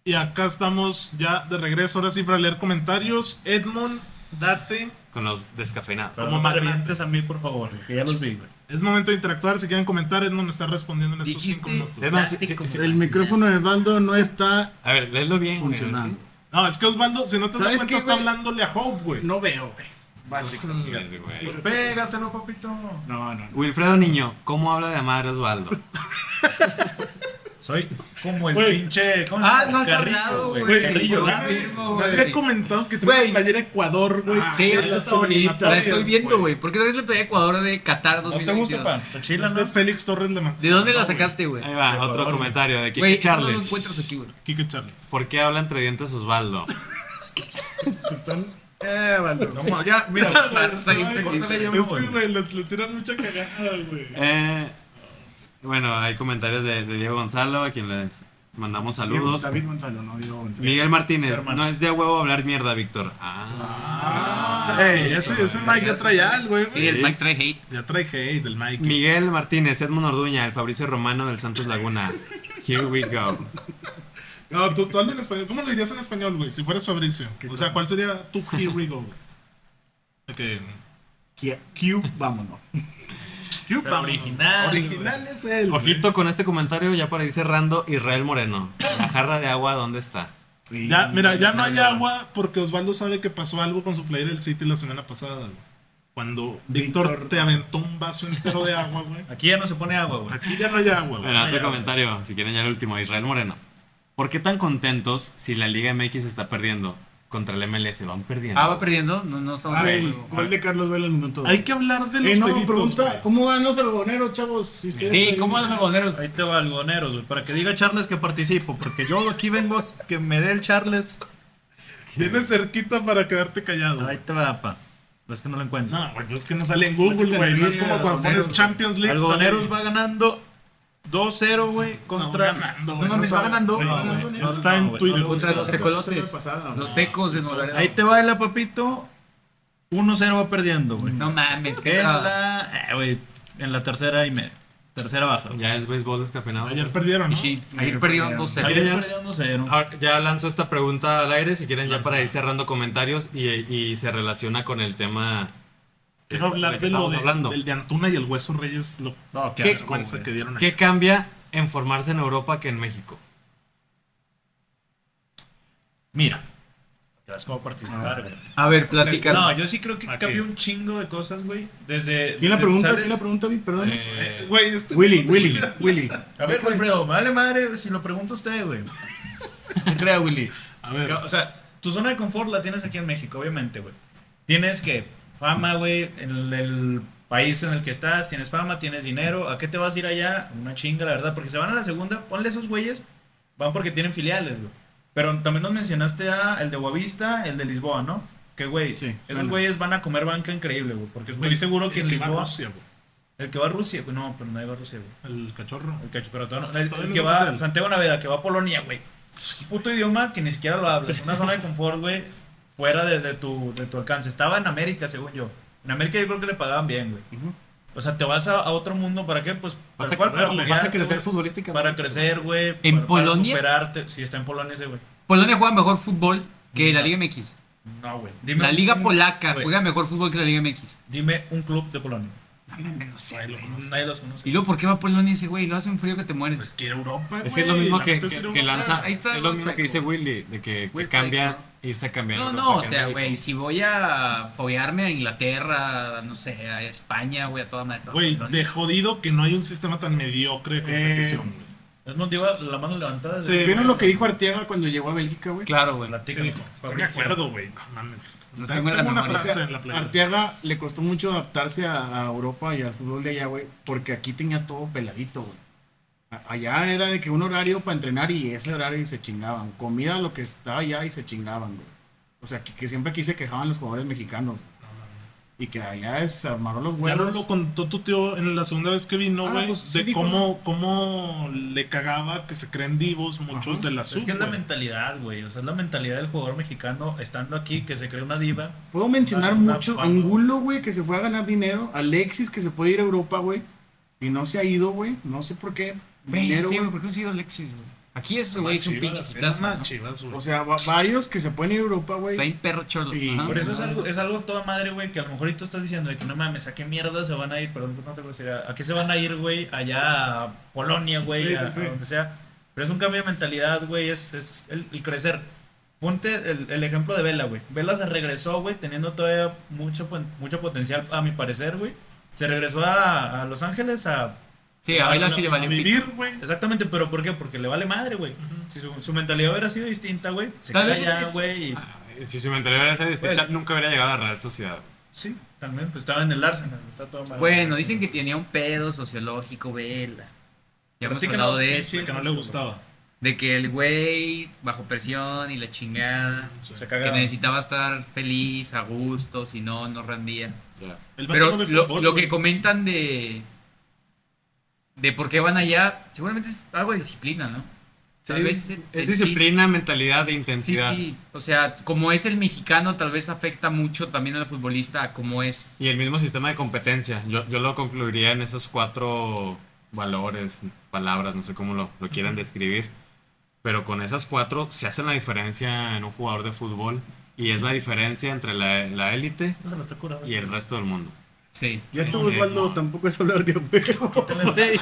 S1: Y acá estamos ya de regreso, ahora sí, para leer comentarios. Edmond, date.
S4: Con los descafeinados.
S5: Pero
S1: como
S5: no me
S1: magnate.
S5: revientes a mí, por favor, güey, que ya los vi, güey.
S1: Es momento de interactuar. Si quieren comentar, Edmond está respondiendo en estos cinco
S2: Dijiste.
S1: minutos.
S4: Es más, sí,
S2: date
S4: sí,
S2: como-
S4: sí.
S3: El micrófono de Bando no está
S4: A ver, léelo bien. güey.
S3: funcionando.
S1: No, es que Osvaldo, si no te das
S3: ¿Sabes
S1: cuenta,
S3: qué,
S1: está
S3: güey?
S1: hablándole a Hope, güey.
S3: No veo, güey.
S4: Güey.
S5: Pégatelo, papito.
S3: No, no. no.
S4: Wilfredo Niño, ¿cómo habla de madre Osvaldo?
S5: Soy como el
S1: Güey.
S5: pinche. ¿cómo se
S2: Ah,
S5: llama?
S2: no has
S5: Carrillo,
S2: hablado,
S1: Güey,
S2: güey.
S5: Carrillo,
S1: güey,
S5: ¿verdad?
S1: nadie-
S2: mismo,
S1: nadie
S2: güey.
S1: ha comentado que trae
S2: Güey.
S1: una playera Ecuador, güey.
S3: Ah,
S2: Sí,
S1: de
S2: ahorita
S1: las
S2: está bonita. La estoy
S1: eliminatorias,
S2: viendo,
S1: güey.
S2: güey. ¿Por qué traes la pelea de Ecuador de Qatar
S5: ¿No te gusta,
S2: 2022?
S5: pa? Está chila,
S1: Este
S5: ¿no?
S1: Félix Torres de Mazzara,
S2: ¿De dónde
S1: ¿no,
S2: la
S1: güey?
S2: sacaste, güey?
S4: Ahí va,
S5: Por
S4: otro
S5: favor,
S4: comentario de
S2: Güey,
S4: Kiki
S2: eso no lo
S4: Charles.
S2: encuentras aquí, güey.
S1: Quique Charles.
S4: ¿Por qué habla entre dientes Osvaldo?
S3: Están. Eh, Bando.
S5: No, ma, ya, mira,
S2: Está bien
S5: Ay,
S2: pendiente.
S5: córtale, ya me
S1: Es que,
S5: voy.
S1: güey, le, le tiran mucha cagada, güey.
S4: Eh, bueno, hay comentarios de, de Diego Gonzalo, a quien les mandamos saludos.
S3: David Gonzalo, no Diego Gonzalo.
S4: Miguel Martínez,
S5: Hermanos.
S4: no es de huevo hablar mierda, Víctor. Ah.
S1: Ah, Ey, ese, ese Mike ya trae algo, güey.
S2: Sí, el Mike trae hate.
S1: Ya trae hate del Mike.
S4: Miguel Martínez, Edmund Orduña, el Fabricio Romano del Santos Laguna. Here we go.
S1: No, tú, tú habla en español. ¿Cómo lo dirías en español, güey? Si fueras Fabricio. O sea, ¿cuál sería tu here we go? güey? Ok.
S3: Q, Q, vámonos.
S1: Cube,
S3: Ah,
S5: Pero
S1: vámonos.
S5: original,
S1: Original es él. güey.
S4: Ojito con este comentario ya para ir cerrando. Israel Moreno, la jarra de agua, ¿dónde está?
S3: Y-
S1: Ya, mira, ya no hay agua porque Osvaldo sabe que pasó algo con su player del City la semana pasada, güey. Cuando Víctor,
S3: Víctor.
S1: te aventó un vaso entero de agua, güey.
S5: Aquí ya no se pone agua, güey.
S1: Aquí ya no hay agua, güey.
S4: Bueno, otro
S5: ya, güey.
S4: comentario, si quieren ya el último, Israel Moreno. ¿Por qué tan contentos si la Liga MX está perdiendo? Contra el MLS van perdiendo.
S2: Ah, va perdiendo. No, no estamos
S3: A
S2: de
S3: ver,
S2: acuerdo.
S3: gol de Carlos Vela al minuto. dos.
S1: Hay que hablar de los
S3: Eh, no,
S1: peditos,
S3: pregunta,
S1: güey.
S3: ¿cómo van los algodoneros, chavos? Si ustedes
S2: Sí,
S3: ahí-
S2: ¿cómo los algodoneros?
S5: Ahí te va algoneros, güey. Para que diga Charles que participo. Porque yo aquí vengo a que me dé el Charles.
S1: Vienes cerquita para quedarte callado.
S5: Ahí
S1: güey.
S5: te va, pa. No es que no lo encuentro.
S1: No, güey, pues es que no sale en Google, güey. No es como cuando pones Champions League.
S5: Algodoneros
S1: sale-
S5: va ganando 2-0, güey. Contra.
S1: No, ganando,
S2: No
S1: güey,
S2: mames,
S1: no
S2: va
S1: sabe.
S2: ganando.
S1: Güey,
S5: No,
S1: no,
S5: güey,
S1: no,
S5: no,
S1: Está
S5: no,
S1: en
S5: güey,
S1: Twitter.
S5: no,
S2: Contra los
S3: Esa- esa me
S2: tecolotes.
S3: pasaba,
S2: Los
S3: no.
S2: tecos de Nuevo
S5: Ahí te va el apapito. 1-0 va perdiendo, güey.
S2: No mames, qué
S5: En
S2: traba.
S5: la, eh, güey, en la tercera y media. Tercera baja. güey.
S4: Ya es béisbol descafeinado.
S1: Ayer perdieron, ¿no?
S2: Sí, Ahí perdieron 2-0.
S5: Ayer
S4: ya- Ah,
S5: perdieron 1-0.
S4: Ahora, ya lanzo esta pregunta al aire, si quieren ya para ir cerrando comentarios y, y se relaciona con el tema que-
S1: Quiero hablar
S4: que
S1: de lo
S4: estamos
S1: de-
S4: hablando.
S1: del de Antuna y el Hueso Reyes, lo
S5: No, qué
S1: qué
S5: asco,
S1: vergüenza
S5: güey.
S1: que dieron ahí.
S4: ¿Qué cambia en formarse en Europa que en México?
S2: Eh,
S5: Mira. Te vas como a participar, güey.
S2: A ver, platícanos.
S5: No, yo sí creo que
S1: Aquí.
S5: cambió un chingo de cosas, güey. Desde.
S3: ¿Quién la
S5: desde,
S3: pregunta?
S5: ¿sabes?
S3: ¿Quién la pregunta, Vic? Perdón.
S1: Eh, Güey, este-
S3: Willy, Willy, Willy.
S5: A ver, Wilfredo, vale madre si lo pregunto a usted, güey. Se crea, Willy.
S1: A ver,
S5: O sea, tu zona de confort la tienes aquí en México, obviamente, güey. Tienes que fama, güey, en el, el país en el que estás, tienes fama, tienes dinero. ¿A qué te vas a ir allá? Una chinga, la verdad, porque se van a la segunda, ponle esos güeyes, van porque tienen filiales, güey. Pero también nos mencionaste a el de Boavista, el de Lisboa, ¿no? Que, güey,
S3: Sí,
S5: esos
S3: suena.
S5: güeyes van a comer banca increíble, güey, porque estoy
S1: Güey,
S5: seguro que
S1: el
S5: en
S1: que va a
S5: Lisboa...
S1: Rusia, güey.
S5: el que va a Rusia, güey, no, pero nadie va a Rusia, güey.
S1: El cachorro.
S5: El cacho, pero todavía no- el,
S1: Todavía
S5: el
S1: no
S5: que
S1: se
S5: va
S1: puede.
S5: a Santiago Naveda, que va a Polonia, güey. Puto idioma que ni siquiera lo hablas. Una zona de confort, güey, fuera de, de tu, de tu alcance. Estaba en América, según yo. En América yo creo que le pagaban bien, güey.
S3: Ujú.
S5: O sea, te vas a, a otro mundo, ¿para qué? Pues
S4: Vas
S5: tal
S4: a,
S5: cual, para
S4: vas a
S5: foguearte,
S4: crecer
S5: güey,
S4: futbolísticamente.
S5: Para crecer, güey. para-
S2: ¿En
S5: para
S2: Polonia?
S5: superarte. Sí, está en Polonia ese, güey.
S2: Polonia juega mejor fútbol que la Liga MX.
S5: No, güey. Dime
S2: La
S5: un-
S2: Liga
S5: un-
S2: polaca
S5: güey,
S2: juega mejor fútbol que la Liga MX.
S5: Dime un club de Polonia.
S2: No sé, güey.
S5: Nadie los conoce.
S2: ¿Y luego por qué va a Polonia ese güey? Lo hace un frío que te
S1: Pues
S2: mueres.
S1: que
S2: Ah,
S1: Europa,
S4: Es que es lo mismo que, que- que lanza.
S2: ahí está
S4: es lo
S2: el
S4: mismo que dice
S2: chueco.
S4: Willy, de que, que
S2: Will
S4: cambia
S2: Flex,
S4: irse a cambiar.
S2: No,
S4: Europa
S2: no, o
S4: que en
S2: sea,
S4: México.
S2: güey, si voy a foguearme a Inglaterra, no sé, a España, güey, a toda madre.
S1: Güey,
S2: Polonia.
S1: de jodido que no hay un sistema tan mediocre de competición, güey.
S5: Es más, digo, la mano levantada.
S1: Sí,
S5: desde-
S3: ¿Vieron lo que dijo Arteaga cuando llegó a Bélgica, güey?
S2: Claro, güey.
S1: ¿Qué
S5: Platícame,
S1: dijo? No me
S5: Fabricio.
S1: acuerdo, güey. No mames. tengo
S2: No tengo la
S1: una
S2: memoria.
S1: frase en la playa.
S3: Arteaga le costó mucho adaptarse a, a Europa y al fútbol de allá, güey, porque aquí tenía todo peladito, güey. A- Allá era de que un horario para entrenar y ese horario y se chingaban. Comida lo que estaba allá y se chingaban, güey. O sea, que, que siempre aquí se quejaban los jugadores mexicanos. Y que allá es armaron los
S1: Ya no
S3: huevos.
S1: lo contó tu tío en la segunda vez que vino,
S3: Ah,
S1: güey,
S3: pues, sí
S1: de
S3: dijo,
S1: cómo, cómo le cagaba que se creen divos muchos
S3: Ajá.
S1: de la sub,
S5: Es que es la
S1: güey.
S5: mentalidad, güey. O sea, es la mentalidad del jugador mexicano estando aquí que se cree una diva.
S3: Puedo mencionar
S5: Ah,
S3: mucho
S5: una
S3: a
S5: papa.
S3: Angulo, güey, que se fue a ganar dinero. Alexis, que se puede ir a Europa, güey. Y no se ha ido, güey. No sé por qué.
S2: Güey,
S3: Dinero,
S2: sí,
S3: güey.
S2: güey, ¿por qué no sigue Alexis, güey? Aquí ese güey es un
S1: Chivas,
S2: pinche
S1: era
S2: quitazo,
S1: una
S2: ¿no?
S1: Chivas, güey.
S3: O sea, va- varios que se pueden ir a Europa,
S2: Está
S3: güey.
S2: ahí perro chorro.
S3: Y-
S2: ajá.
S5: Por eso es
S3: no.
S5: algo, es algo toda madre, güey, que a lo mejor y tú estás diciendo de que no mames, ¿a qué mierda se van a ir? Pero no te gustaría. ¿A qué se van a ir, güey? Allá a Polonia, güey,
S1: Sí, sí,
S5: a,
S1: sí.
S5: a donde sea. Pero es un cambio de mentalidad, güey, es, es el, el crecer. Ponte el, el ejemplo de Vela, güey. Vela se regresó, güey, teniendo todavía mucho, pon- mucho potencial, a mi parecer, güey. Se regresó a, a Los Ángeles a
S2: Sí, a Baila sí le
S1: A
S2: valió pito.
S1: vivir, güey.
S5: Exactamente, pero ¿por qué? Porque le vale madre, güey. Si su, su mentalidad hubiera sido distinta, güey, se
S2: Tal
S5: queda
S2: vez es- Ah.
S5: allá,
S2: es-
S5: güey. y-
S4: Ah, Si su mentalidad hubiera sido distinta,
S5: Bueno.
S4: nunca hubiera llegado a Real Sociedad.
S5: Sí, también, pues estaba en el Arsenal, está todo mal.
S2: Bueno, dicen que tenía un pedo sociológico, vela. Ya hemos
S5: Platícanos,
S2: hablado de pues,
S5: pinche-
S2: eso.
S1: Que no le gustaba.
S2: De que el güey bajo presión y la chingada.
S5: se
S2: Que
S5: cagaba.
S2: necesitaba estar feliz, a gusto, si no, no rendía.
S4: Ya.
S1: El vato
S2: Pero
S1: no ve
S2: lo,
S1: fútbol,
S2: lo
S1: güey.
S2: que comentan de. de por qué van allá, seguramente es algo de disciplina, ¿no? Tal
S4: Sí,
S2: vez en- en
S4: Es
S2: sí-
S4: disciplina, mentalidad e
S2: Sí,
S4: intensidad.
S2: sí. O sea, como es el mexicano, tal vez afecta mucho también al futbolista a cómo es.
S4: Y el mismo sistema de competencia. Yo, yo lo concluiría en esos cuatro valores, palabras, no sé cómo lo, lo quieran describir. Pero con esas cuatro se hace la diferencia en un jugador de fútbol. Y es la diferencia entre la la élite
S5: No se la está curando.
S4: y el resto del mundo.
S2: Sí.
S3: Ya
S4: Sí,
S3: estuvo
S4: sí,
S3: Osvaldo,
S4: no.
S3: tampoco es hablar de huevo.
S5: Quítale.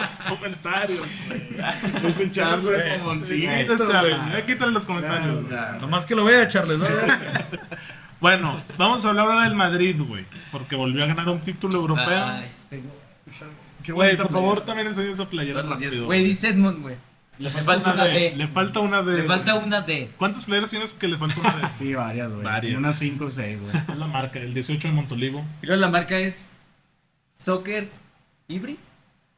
S1: Los comentarios, güey.
S3: es un charro,
S5: Sí,
S3: güey.
S1: Sí,
S3: Moncito,
S1: quítale, Chávez,
S3: güey.
S1: eh, quítale los comentarios. güey.
S3: Ya, ya.
S5: Nomás que lo vea, Charles, ¿no?
S1: Bueno, vamos a hablar ahora del Madrid, güey. Porque volvió a ganar un título europeo.
S2: Ay, este güey.
S3: Qué
S1: Güey,
S3: bonita
S1: por favor,
S3: playera.
S1: también enseña esa playera
S2: Todos los días.
S1: rápido.
S2: Güey, dice Edmond, güey.
S1: le falta, una D. Le falta una D.
S2: Le falta una D.
S1: ¿Cuántas playeras tienes que le falta una D?
S3: Sí, varias, güey.
S1: Varias.
S3: Unas 5 o 6, güey.
S1: Es la marca, el 18 de Montolivo.
S2: Y luego la marca es Soccer Ibri.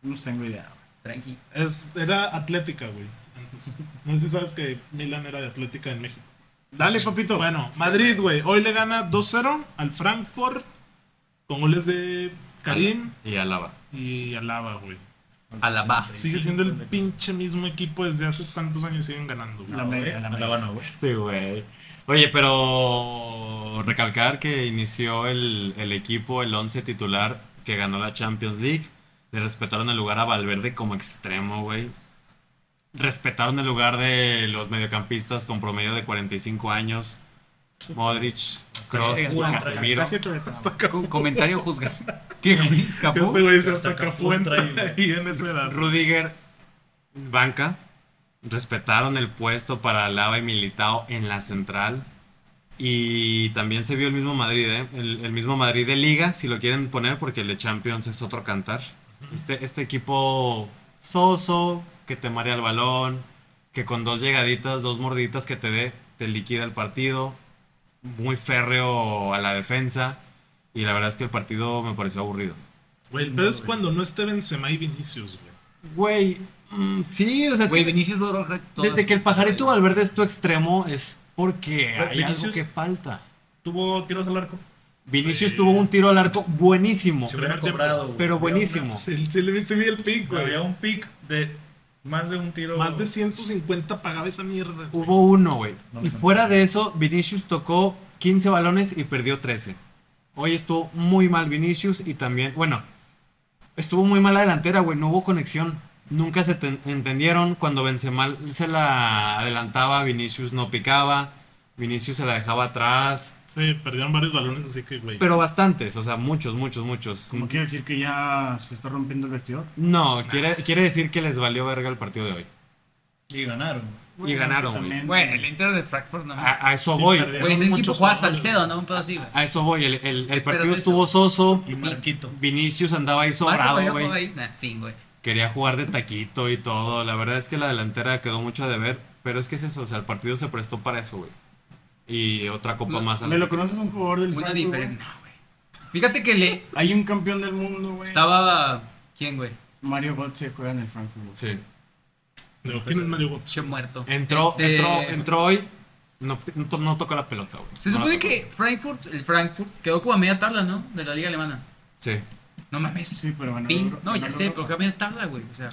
S3: No tengo idea.
S2: Tranqui.
S1: Es, era Atlética, güey. Antes. No sé si sabes que Milan era de Atlética en México.
S3: Dale, papito.
S1: Bueno, Madrid, güey. Hoy le gana 2-0 al Frankfurt con goles de Karim
S4: Y alaba.
S1: y Alaba, güey.
S2: A la baja.
S1: Sigue siendo el pinche mismo equipo desde hace tantos años siguen ganando, güey.
S3: La media, la media.
S5: Habana, güey.
S4: Sí, este, güey. Oye, pero recalcar que inició el, el equipo, el 11 titular que ganó la Champions League. Le respetaron el lugar a Valverde como extremo, güey. Respetaron el lugar de los mediocampistas con promedio de 45 años. Modric, Kroos,
S2: Verga,
S4: Casemiro.
S3: Casi todo está-
S2: Co- comentario juzga. ¿Qué, güey? ¿Capó?
S1: Este güey se
S5: Hasta
S1: hasta
S5: Cafú
S1: Cafú entra
S5: trae,
S1: ahí
S5: güey.
S1: en esa edad.
S4: Rudiger, banca. Respetaron el puesto para Lava y Militao en la central. Y también se vio el mismo Madrid, ¿eh? el, el mismo Madrid de Liga, si lo quieren poner, porque el de Champions es otro cantar. Este, este equipo soso, que te marea el balón, que con dos llegaditas, dos morditas que te dé, te liquida el partido. Muy férreo a la defensa. Y la verdad es que el partido me pareció aburrido.
S1: Güey, el pedo es cuando no esté Benzema y Vinicius, güey.
S4: Güey, mm, sí, o sea, es
S2: Güey,
S4: que-
S2: Vinicius Borja.
S4: Desde que el pajarito Valverde es tu extremo es porque
S5: Pero
S4: hay algo
S5: Vinicius-
S4: que falta.
S5: Tuvo tiros al arco.
S4: Vinicius tuvo un tiro al arco buenísimo,
S1: Sí,
S5: Hubiera
S1: Primer tiempo.
S5: cobrado, güey.
S4: pero
S5: Había
S4: buenísimo.
S1: Se, se le se vi el pick,
S5: una- Había
S1: güey.
S5: un pick de más de un tiro.
S1: Más de 150 pagaba esa mierda. güey.
S4: Hubo uno, güey.
S5: No,
S4: Y
S5: no.
S4: fuera de eso, Vinicius tocó 15 balones y perdió 13. Hoy estuvo muy mal Vinicius y también, bueno, estuvo muy mal la delantera, güey. No hubo conexión. Nunca se ten- entendieron. Cuando Benzema se la adelantaba, Vinicius no picaba. Vinicius se la dejaba atrás.
S1: Sí, perdieron varios balones, así que, güey.
S4: Pero bastantes, o sea, muchos, muchos, muchos.
S3: Como quiere decir que ya se está rompiendo el vestidor.
S4: No, quiere, quiere decir que les valió verga el partido de hoy.
S5: Y ganaron.
S4: Y ganaron, güey.
S3: también.
S2: Güey, el entero de Frankfurt no
S3: Ah.
S2: mames.
S4: A, a eso
S1: Sí,
S4: voy.
S1: perdieron
S2: Güey, ese equipo
S1: muchos
S2: jugaba
S1: jugadores.
S2: Salcedo, ¿no? Un pedo así, güey.
S4: A eso voy. El, el- el
S2: Espérate
S4: partido
S2: eso.
S4: estuvo soso.
S5: Y Marquito.
S4: Vinicius andaba ahí
S2: Marco
S4: sobrado,
S2: Fabián juega
S4: güey.
S2: ahí. Nah, fin, güey.
S4: Quería jugar de taquito y todo. La verdad es que la delantera quedó mucho de ver. Pero es que es eso, o sea, el partido se prestó para eso, güey. Y otra copa
S2: No,
S4: más a la-
S3: ¿Me lo conoces un jugador del
S2: Una
S3: Frankfurt,
S2: diferente. Nah, güey. Fíjate que le
S3: güey? Hay un campeón del mundo, güey.
S2: estaba. ¿Quién, güey?
S3: Mario Götze juega en el Frankfurt. güey.
S4: Sí.
S1: Pero, ¿Quién es Mario Götze?
S2: Che muerto.
S4: Entró,
S2: Este,
S4: entró, entró hoy. No, no, no toca la pelota, güey.
S2: Se
S4: No la
S2: supone
S4: toca.
S2: que Frankfurt, el Frankfurt, quedó como a media tabla, ¿no? De la liga alemana.
S4: Sí.
S2: No mames.
S3: Sí, pero ganó
S2: Pin-
S3: Euro-
S2: no, ya
S3: ganó
S2: sé,
S3: Europa.
S2: pero quedó a media tabla, güey. O sea,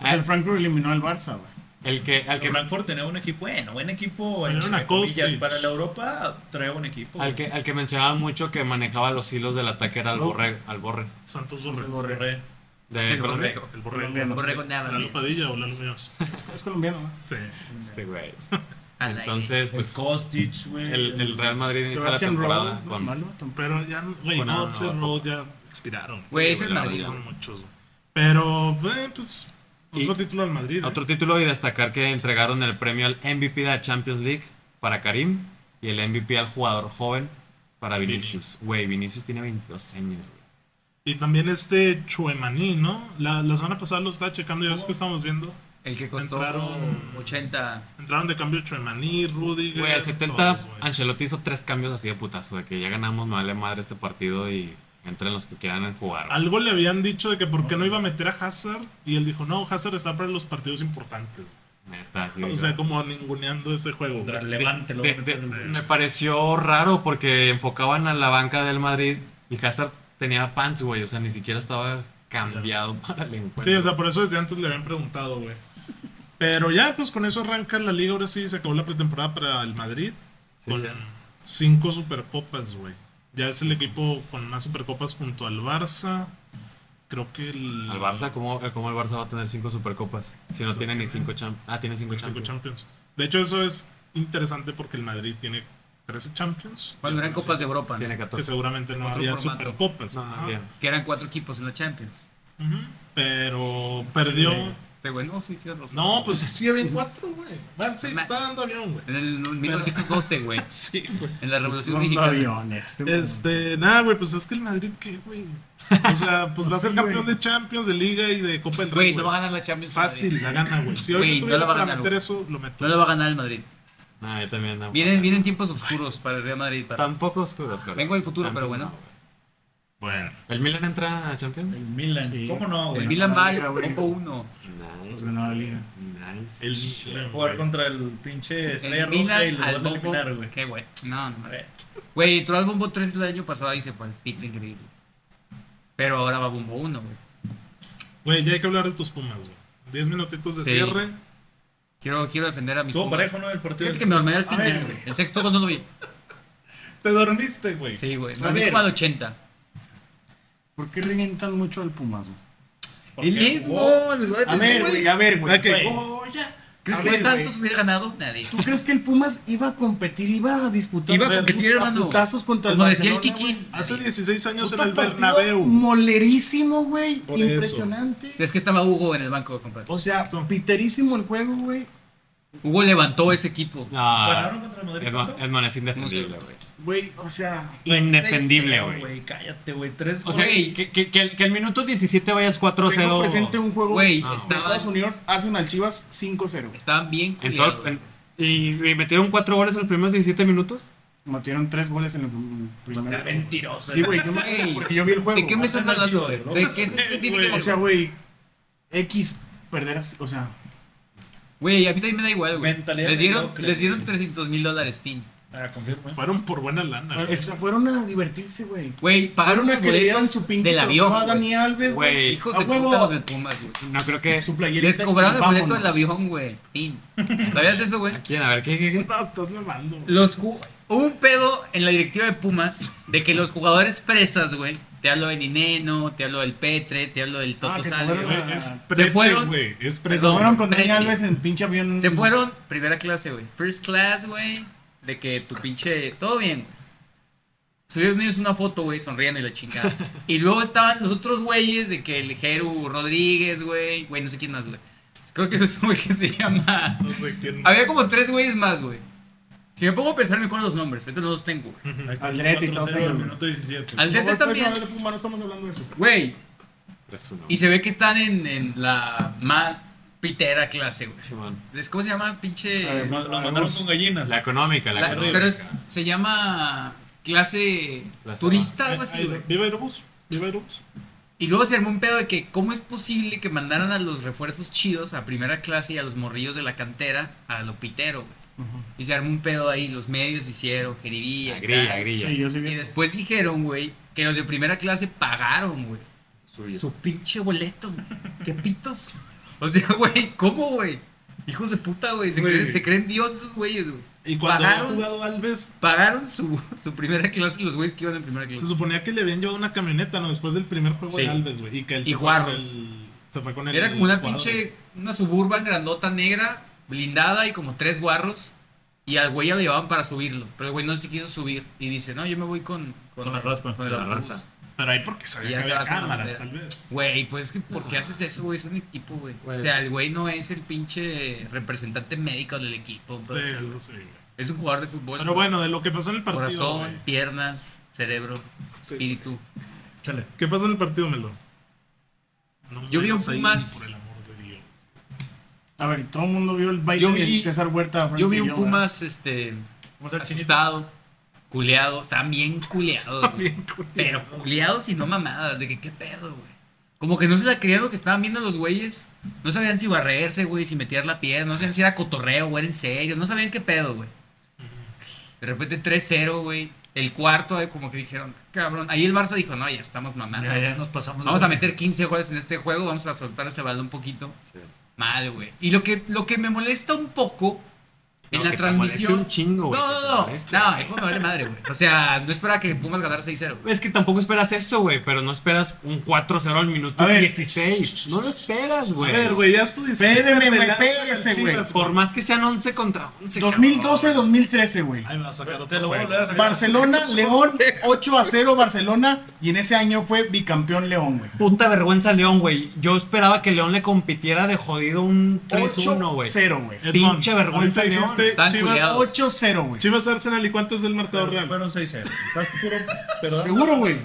S3: O sea, el Frankfurt eliminó al Barça, güey.
S4: Ah, El que, al que,
S5: El Frankfurt tenía un equipo, bueno, buen equipo.
S1: Pero
S5: entre
S1: era una
S5: comillas,
S1: Kostic.
S5: para la Europa trae buen equipo.
S4: al que, al que mencionaban mucho que manejaba los hilos del ataque era al
S3: No.
S4: borre. Al borre
S1: Santos Borrego.
S5: Borré.
S4: de
S2: El
S4: Colombia.
S2: Borrego.
S1: El Borrego.
S3: Colombiano.
S2: Borrego nada.
S1: ¿La Padilla o Lalo Muñoz?
S3: Es colombiano, ¿no?
S1: Sí.
S4: Este güey.
S2: Al aire.
S4: Entonces,
S5: El
S4: pues,
S5: Kostic, güey.
S4: el, el Real Madrid inicia la
S3: Sebastián Rowe,
S4: temporada
S3: no es
S4: con...
S3: malo tampoco.
S1: Pero ya, güey,
S4: Con
S1: Godse,
S4: Ana-
S1: Rowe ya expiraron.
S2: Güey, es
S4: Sí,
S2: el
S4: la
S2: Madrid.
S4: verdad.
S2: güey.
S1: Son muchos. güey. Pero, güey, pues,
S4: Y-
S1: otro título al Madrid. ¿eh?
S4: Otro título y destacar que entregaron el premio al MVP de la Champions League para Karim y el MVP al jugador joven para Vinicius. Güey, Vinicius tiene 22 años, güey.
S1: Y también este Chuemaní, ¿no? La, la semana pasada lo estaba checando, ya ves que estamos viendo.
S2: El que costó
S1: Entraron-
S2: 80.
S1: Entraron de cambio Chuemaní, Rudiger.
S4: Güey, al 70,
S1: todos, güey.
S4: Ancelotti hizo tres cambios así de putazo, de que ya ganamos, me vale madre este partido y entran los que quieran en jugar. güey.
S1: Algo le habían dicho de que por qué no iba a meter a Hazard. Y él dijo, no, Hazard está para los partidos importantes.
S4: Neta, sí,
S1: O
S4: güey.
S1: sea, como ninguneando ese juego. güey.
S5: Contra el Levante, lo
S4: De-
S5: voy a
S4: de-
S5: meter en el-
S4: me pareció raro porque enfocaban a la banca del Madrid y Hazard tenía pants, güey, o sea, ni siquiera estaba cambiado para el encuentro.
S1: Sí, o sea, por eso desde antes le habían preguntado, güey. Pero ya, pues con eso arranca la liga. Ahora sí se acabó la pretemporada para el Madrid.
S4: Sí,
S1: con
S4: ya.
S1: cinco supercopas, güey. Ya es el equipo con más supercopas junto al Barça. Creo que el.
S4: Al Barça, ¿cómo, cómo el Barça va a tener cinco supercopas? Si no
S1: Los
S4: tiene ni
S1: tiene.
S4: cinco champions. Ah, tiene cinco
S1: cinco
S4: champions.
S1: Champions. De hecho, eso es interesante porque el Madrid tiene 13 Champions.
S2: Cuando eran Copas de Europa, ¿no?
S4: Tiene
S1: Que
S4: 14.
S1: seguramente no
S2: Otro
S1: había
S2: formato.
S1: supercopas.
S4: No, no,
S1: Ajá.
S4: bien.
S2: que eran cuatro equipos en la Champions.
S1: Ujú. Pero perdió.
S2: Este güey, no, sí, tienes razón.
S1: No, pues sí, había cuatro, güey. Van, sí, está dando avión, güey.
S2: En el 1912, güey.
S1: Sí, güey.
S2: En
S3: Pues,
S2: la Revolución
S3: Son
S2: Mexicana.
S3: aviones. este
S1: Este, nada, güey, pues es que el Madrid, ¿qué, güey? O sea, pues va a
S3: Pues
S1: ser
S3: sí,
S1: campeón
S3: güey.
S1: de Champions, de Liga y de Copa del Rey.
S2: Güey, no va a ganar la Champions.
S1: Fácil, la gana, güey. Si hoy
S2: Güey,
S1: no
S2: no
S1: tuviera
S2: la va a
S1: para
S2: ganar,
S1: meter
S2: güey.
S1: eso, lo meto.
S2: No la va a ganar el Madrid.
S4: No, yo también. No,
S2: Vienen, vienen tiempos oscuros para el Real Madrid. para-
S4: Tampoco oscuros, pero-
S2: Vengo del futuro, pero
S4: Champions,
S2: bueno.
S4: no, güey.
S1: Bueno.
S4: ¿El Milan entra a Champions?
S5: El Milan.
S3: Sí.
S5: ¿Cómo no, güey?
S2: El Milan va al
S3: Liga, güey.
S2: Copa 1.
S4: Nice.
S3: Pues ganó la liga.
S4: Nice.
S1: El-
S4: shit.
S5: Jugar contra el pinche Estrella
S2: El
S5: Roja y
S2: Milan
S5: lo van
S2: al
S5: a
S2: bombo.
S5: eliminar, güey.
S2: Qué güey. No, no.
S5: Güey,
S2: Güey, entró al bombo 3 el año pasado y se fue al pito increíble. Pero ahora va a bombo 1, güey.
S1: Güey, ya hay que hablar de tus Pumas, güey. Diez minutitos de
S2: Sí.
S1: cierre.
S2: Quiero, quiero defender a mi
S5: Estuvo parejo, ¿no? El partido.
S2: Fíjate que me dormí al
S3: A ver.
S2: final, güey. El sexto gol no lo vi.
S1: Te dormiste, güey.
S2: Sí, güey.
S3: A
S2: Me dormí
S3: ver.
S2: como al 80.
S3: ¿Por qué revientan mucho al Pumas, güey?
S5: Porque- Wow.
S2: no, les voy
S3: A ver, güey, a ver, güey.
S1: Ya que-
S5: Güey.
S1: Oh, ya.
S2: ¿Crees
S3: a
S2: que
S3: ver,
S2: Santos hubiera ganado? Nadie.
S3: ¿Tú crees que el Pumas iba a competir, iba a disputar
S2: Iba a
S3: a
S2: competir,
S3: put- a
S2: hermano.
S3: putazos contra el
S2: Como decía el
S3: Barcelona, güey?
S2: Kiki.
S1: Hace 16 años
S3: Puto
S1: en el
S3: partido
S1: Bernabéu.
S3: Molerísimo, güey.
S1: Por eso.
S3: Impresionante.
S2: Si es que estaba Hugo en el banco, compadre.
S3: O sea, piterísimo el juego, güey.
S2: Hugo levantó ese equipo.
S5: Ganaron
S4: Ah,
S5: contra el Madrid.
S4: Edman,
S5: ¿cuánto?
S4: Edman es indefendible, güey.
S3: Güey, o sea.
S4: Indefendible,
S5: 6-0,
S4: güey.
S2: eh,
S5: Cállate, güey. Tres
S4: O sea,
S5: goles.
S4: que, que, que, al, que al minuto 17 vayas 4-0.
S3: Tengo presente un juego
S2: Güey,
S4: No.
S3: Ah. de
S2: estaban,
S3: Estados Unidos, Arsenal Chivas 5-0. güey.
S2: estaban bien
S4: En
S2: culiados.
S4: todo- en- y, y metieron cuatro goles en los primeros 17 minutos.
S3: Metieron tres goles en el prim-
S5: O sea,
S3: primer.
S5: mentiroso. eh.
S3: Sí, güey, yo me acuerdo
S2: Güey,
S3: porque yo vi el juego.
S2: ¿De qué me estás
S5: Arsenal
S2: hablando, güey?
S5: Chivas,
S2: ¿De
S5: no
S2: qué
S1: sé,
S2: se tiene
S1: güey.
S2: que
S3: O sea, güey, X perder así, o sea,
S2: Güey, a mí también me da igual, güey.
S5: Mentalidad
S2: Les dieron,
S5: mediocre,
S2: les dieron
S5: güey.
S2: 300 mil dólares, fin.
S5: Ah, confirmo. ¿eh?
S1: Fueron por buena lana,
S3: o
S1: güey.
S3: sea, fueron a divertirse, güey.
S2: Güey, pagaron
S3: Fueron a
S2: sus
S3: que le dieran
S2: boletos
S3: su pinche
S2: del avión.
S3: trofeo a
S2: güey.
S3: Dani Alves,
S4: Güey.
S3: güey.
S2: Hijos
S3: A
S2: de
S3: huevo.
S2: puta los del Pumas, güey.
S4: No creo que.
S3: Su playerita.
S2: Les cobraron el boleto
S3: vámonos.
S2: del avión, güey. Fin. ¿Sabías eso, güey?
S4: ¿A quién? A ver, ¿qué? qué, qué?
S1: No, estás mamando. güey.
S2: Los ju- Hubo un pedo en la directiva de Pumas de que los jugadores fresas, güey. Te hablo de Nineno, te hablo del Petre, te hablo del Toto
S3: Ah, que se
S2: Salvio.
S3: fueron a-
S1: Güey, Es
S3: Se
S1: prete,
S2: fueron.
S1: güey. Es prete.
S3: Se fueron con
S2: Prende.
S3: Dani Alves en pinche avión.
S2: Se fueron, primera clase, güey. First class, güey. De que tu pinche. Todo bien, güey. Subieron ellos una foto, güey, sonriendo y la chingada. Y luego estaban los otros güeyes de que el Jeru Rodríguez, güey. Güey, no sé quién más, güey. Creo que es un güey que se llama.
S1: No sé quién.
S2: Había como tres güeyes más, güey. Si me pongo a pensar, me acuerdo los nombres. Ahorita no los tengo, güey.
S5: Ahí está,
S3: Aldrete y todo
S5: 4-0 al
S3: eso.
S5: minuto 17.
S2: Al
S3: Por favor,
S2: desde
S3: pues,
S2: también.
S3: a ver, Puma, no estamos hablando de eso.
S2: Güey,
S4: 3-1.
S2: y se ve que están en, en la más pitera clase, güey.
S4: Simón.
S2: Es- ¿Cómo se llama, pinche?
S3: A ver,
S5: Eh, Nos lo mandaron con gallinas.
S4: La económica, la,
S2: La-
S4: económica.
S2: pero es- se llama clase
S4: Clase
S2: turista,
S1: Ahí-
S2: algo así,
S1: ahí-
S2: güey.
S1: Viva Aerobús. Viva Aerobús.
S2: Y luego se armó un pedo de que cómo es posible que mandaran a los refuerzos chidos a primera clase y a los morrillos de la cantera a lo pitero, güey. Y se armó un pedo ahí, los medios hicieron, jeribilla.
S4: Grilla,
S2: acá.
S4: grilla.
S3: Sí, yo sí vi.
S2: Y después dijeron, güey, que los de primera clase pagaron, güey.
S4: Suyo.
S2: Su pinche boleto, güey. qué pitos. O sea, güey, ¿cómo, güey? Hijos de puta, güey. Se,
S4: Güey.
S2: creen, se creen dioses, güeyes, güey.
S1: Y cuando había
S2: Pagaron.
S1: jugado Alves,
S2: Pagaron su, su primera clase, los güeyes que iban en primera clase.
S1: se suponía que le habían llevado una camioneta, ¿no? Después del primer juego
S2: Sí.
S1: de Alves, güey. Y que él
S2: Y
S1: se, fue con
S2: Juarros.
S1: el, se fue con el.
S2: Era como una
S1: Juárez.
S2: pinche, una suburban grandota negra, blindada y como tres guarros. Y al güey ya lo llevaban para subirlo. Pero el güey no se quiso subir. Y dice, no, yo me voy con,
S5: Con la raspa.
S2: con el
S4: La
S2: autobús".
S4: raza.
S1: Pero ahí porque
S2: Ya
S1: sabía que
S2: se
S1: había
S2: va con la
S1: cámaras, tal
S2: bandera.
S1: vez.
S2: Güey, pues es que ¿por
S1: Ah.
S2: qué haces eso, güey? Es un equipo, güey.
S4: Güey.
S1: Pues.
S2: O sea, el güey no es el pinche representante médico del equipo.
S1: Sí,
S2: bro. O sea,
S1: algo así, güey.
S2: Es un jugador de fútbol.
S1: Pero bueno, de lo que pasó en el partido.
S2: corazón,
S1: güey.
S2: piernas, cerebro, espíritu.
S5: Chale.
S1: ¿Qué pasó en el partido, Melo? No me
S2: Yo vi un
S1: digas ahí,
S2: Pumas-
S1: Por el amor de Dios.
S3: A ver, todo el mundo vio el baile
S2: Yo vi-
S3: de César Huerta. frente
S2: Yo vi
S3: a
S2: un
S3: Yoda.
S2: Pumas, este,
S5: Vamos a ver, chinito.
S2: asustado, culeado. Estaban bien culeados, güey.
S1: Bien, güey.
S2: Pero culeados y no mamadas, de que qué pedo, güey. Como que no se la creían lo que estaban viendo los güeyes. No sabían si barrerse, güey, si meter la pierna, no sabían si era cotorreo, güey, era en serio, no sabían qué pedo, güey. De repente 3-0, güey. El cuarto, eh, como que dijeron, cabrón. Ahí el Barça dijo, no, ya estamos mamando.
S5: Ya, ya nos pasamos.
S2: Vamos a meter 15 goles en este juego, vamos a soltar ese balón un poquito.
S4: Sí.
S2: Mal, güey. Y lo que, lo que me molesta un poco en
S4: No,
S2: la
S4: que te
S2: transmisión.
S4: moleste un chingo, güey,
S2: No,
S4: que te
S2: no, no.
S4: moleste,
S2: No,
S4: güey.
S2: el juego me vale madre, güey. O sea, no esperaba que Pumas ganara 6-0. güey.
S4: Es que tampoco esperas eso, güey, pero no esperas un 4-0 al minuto
S3: A ver.
S4: 16. No lo esperas,
S1: A
S4: güey.
S1: ver, güey, ya es tu discurso
S3: Espérame,
S1: de
S3: güey,
S1: lanza de
S3: espérese,
S1: Chivas,
S3: güey.
S4: Por más que sean 11 contra 11.
S3: 2012-2013, güey.
S1: Ahí va a sacar
S5: Te
S1: otro
S5: lo voy a
S1: juego.
S5: volver a sacar.
S3: Barcelona, León, 8 a 0 Barcelona. Y en ese año fue bicampeón León, güey.
S4: Puta vergüenza León, güey. Yo esperaba que León le compitiera de jodido un 3-1, güey.
S3: 8-0, güey.
S1: Edmond,
S4: Pinche vergüenza,
S1: ahorita
S4: León.
S1: dijiste
S2: Están
S1: Chivas,
S2: culiados.
S3: 8-0, güey.
S1: Chivas Arsenal, ¿y cuánto es el marcador
S5: Fueron
S1: real?
S5: fueron 6-0. ¿Estás seguro? Perdón.
S3: Seguro, güey.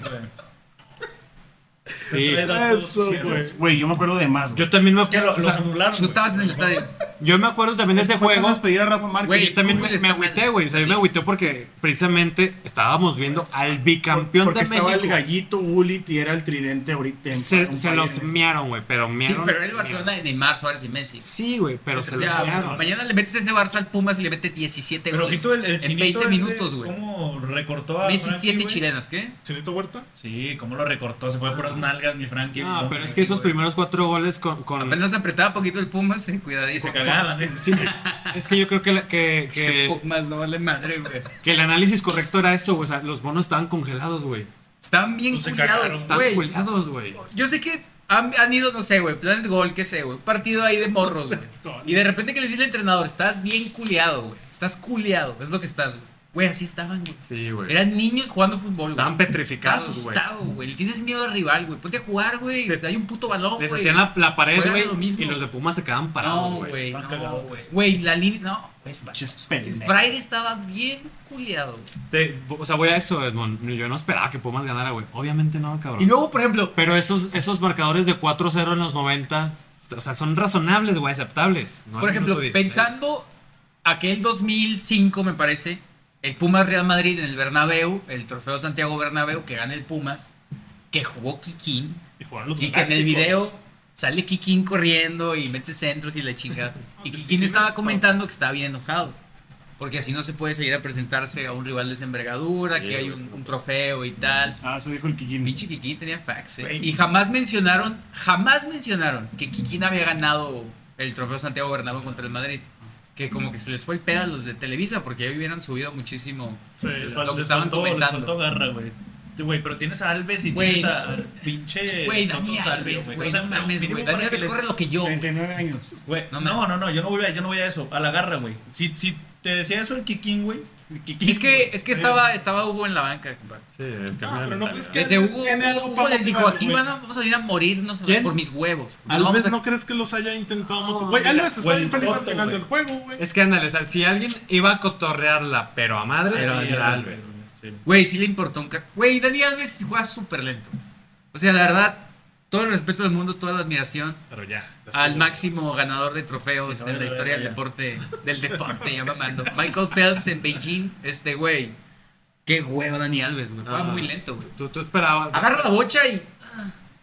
S4: Sí.
S1: Eso,
S5: Sí,
S1: güey.
S3: Güey, yo me acuerdo de más, güey.
S4: Yo también me
S5: Es que lo,
S4: acuerdo. o
S5: los
S4: sea,
S5: anularon.
S2: Tú estabas en el
S5: güey.
S2: estadio.
S4: yo me acuerdo también de ese
S3: Fue cuando
S4: juego.
S3: despedí a Rafa Márquez.
S2: Güey,
S4: Yo también
S2: Google
S4: me, me
S2: está mal.
S4: agüité, güey. O sea, yo me agüité porque precisamente estábamos viendo al bicampeón
S3: porque
S4: de México.
S3: estaba el gallito Bullit y era el tridente ahorita. en-
S4: se
S3: en
S4: se los
S3: Bayern.
S4: miaron, güey, pero
S2: Sí,
S4: miaron.
S2: pero era el Barcelona de Neymar, Suárez y Messi.
S4: Sí, güey, pero se
S2: o
S4: los
S2: sea,
S4: miaron.
S2: mañana le metes ese Barça al Pumas y le mete 17
S5: Pero
S2: goles.
S5: ojito, el, el
S2: en
S5: chinito
S2: 20
S5: este,
S2: minutos, güey.
S5: ¿Cómo recortó a.
S2: Messi
S5: Frankie,
S2: 7
S5: güey?
S2: chilenas, ¿qué?
S1: ¿Chinito Huerta?
S5: Sí, cómo lo recortó. Se
S2: Ah.
S5: fue por las nalgas, mi Frankie.
S4: No,
S5: No,
S4: pero es que esos
S2: güey.
S4: primeros cuatro goles con. con-
S2: Apenas apretaba poquito el Pumas, eh,
S5: Y se
S2: cuidadísimo.
S5: cagaba, ¿no?
S4: Sí, es que yo creo que, la- que,
S2: Ese
S4: que,
S2: Pumas no vale madre, güey.
S4: que el análisis correcto era esto, güey. O sea, los bonos estaban congelados, güey.
S2: Estaban bien
S5: Pues se cagaron,
S2: culiados,
S4: Estaban
S2: güey.
S4: congelados, güey.
S2: Yo sé que han, han ido, no sé, güey, Planet Gold, qué sé, güey. un Partido ahí de morros, güey. Y de repente que le dice el entrenador, estás bien culiado, güey. Estás culiado, es lo que estás, güey. Güey, así estaban, güey.
S4: Sí, güey.
S2: Eran niños jugando fútbol, güey.
S4: Estaban
S2: Estás
S4: petrificados, güey.
S2: asustado, güey. Le tienes miedo al rival, güey. Ponte a jugar, güey.
S4: Les-
S2: Hay un puto balón, güey.
S4: Les hacían la, la pared,
S2: Juegan
S4: güey.
S2: lo mismo.
S4: Y los de Pumas se quedaban parados,
S2: No,
S4: güey.
S2: güey.
S5: Van
S2: No,
S5: cagados.
S2: güey. Güey, la línea. No, es
S3: Pinches pendejos.
S2: Friday estaba bien culiado, güey.
S4: Te- o sea, voy a eso, Edmond. Yo no esperaba que Pumas ganara, güey. Obviamente no, cabrón.
S2: Y luego, por ejemplo,
S4: Pero esos, esos marcadores de 4-0 en los 90, o sea, son razonables, güey, aceptables. No
S2: por
S4: al
S2: ejemplo,
S4: minuto 16.
S2: pensando aquel 2005, me parece, el Pumas Real Madrid en el Bernabéu, el trofeo Santiago Bernabéu que gana el Pumas, que jugó Kikín
S1: Y jugaron los
S2: y que en el
S1: Galácticos.
S2: video sale Kikín corriendo y mete centros y la chingada. Y
S1: sí,
S2: Kikín
S1: Kikín
S2: estaba
S1: está-
S2: comentando que estaba bien enojado. Porque así no se puede seguir a presentarse a un rival de esa envergadura,
S4: Sí,
S2: que hay
S4: güey,
S2: un,
S4: sí.
S2: un trofeo y tal.
S3: Ah, eso dijo el Kikín.
S2: Pinche Kikín tenía fax, eh.
S5: Güey.
S2: Y jamás mencionaron, jamás mencionaron que Kikín había ganado el trofeo Santiago Bernabéu contra el Madrid. Que como que se les fue el pedo a los de Televisa porque ya hubieran subido muchísimo.
S1: Sí,
S5: Les
S2: Lo
S5: fal-
S2: que
S5: les
S2: estaban
S5: faltó- les
S2: comentando.
S5: faltó garra, güey. Tú, Güey, pero tienes a Alves y
S2: Güey.
S5: tienes a al pinche.
S2: Güey,
S5: Toto
S2: Dani
S5: Salvio,
S2: Alves, güey,
S5: O sea,
S2: no mames,
S5: mínimo
S2: güey.
S5: para
S2: Dani
S5: que
S2: Alves
S5: les-
S2: corre lo que yo. güey.
S3: 39 años.
S5: Güey,
S2: No
S5: no,
S2: mames.
S5: no, no, yo no voy a, yo no voy a eso, a la garra, güey. Si, si te decía eso el Kikín, güey. el Kikín,
S2: Es que,
S5: güey.
S2: es que estaba, estaba Hugo en la banca, compadre.
S4: Sí, el
S1: No,
S4: cambio de
S1: pero no
S4: mentalidad.
S1: crees que
S2: Ese
S1: Alves
S2: Hugo,
S1: tiene algo
S2: Hugo
S1: para
S2: les dijo,
S1: mostrar,
S2: aquí
S1: güey.
S2: van a- vamos a ir a morirnos a-
S4: ¿Quién?
S2: por mis huevos. No
S1: Alves
S2: vamos a-
S1: no crees que los haya intentado motivar. Güey,
S4: mira,
S1: Alves está
S5: güey,
S1: bien feliz al
S5: Otto,
S1: final
S5: güey.
S1: del juego, güey.
S4: Es que ándale, o sea, si alguien iba a cotorrearla, pero a madre,
S5: Era
S4: sí,
S5: Dani
S4: era
S5: Alves,
S4: Alves.
S5: güey, sí.
S2: Güey, sí le importó un ca- Güey, Dani Alves juega súper lento. O sea, la verdad, todo el respeto del mundo, toda la admiración.
S1: Pero ya.
S2: al máximo ganador de trofeos
S5: Que se
S2: en la
S5: vaya la
S2: historia del
S5: verga
S2: deporte, del deporte, ya mamando. Michael Phelps en Beijing, este güey. Qué huevo Dani Alves, güey. Va
S4: Ah.
S2: muy lento, güey.
S4: Tú, tú esperabas.
S2: Agarra la bocha y.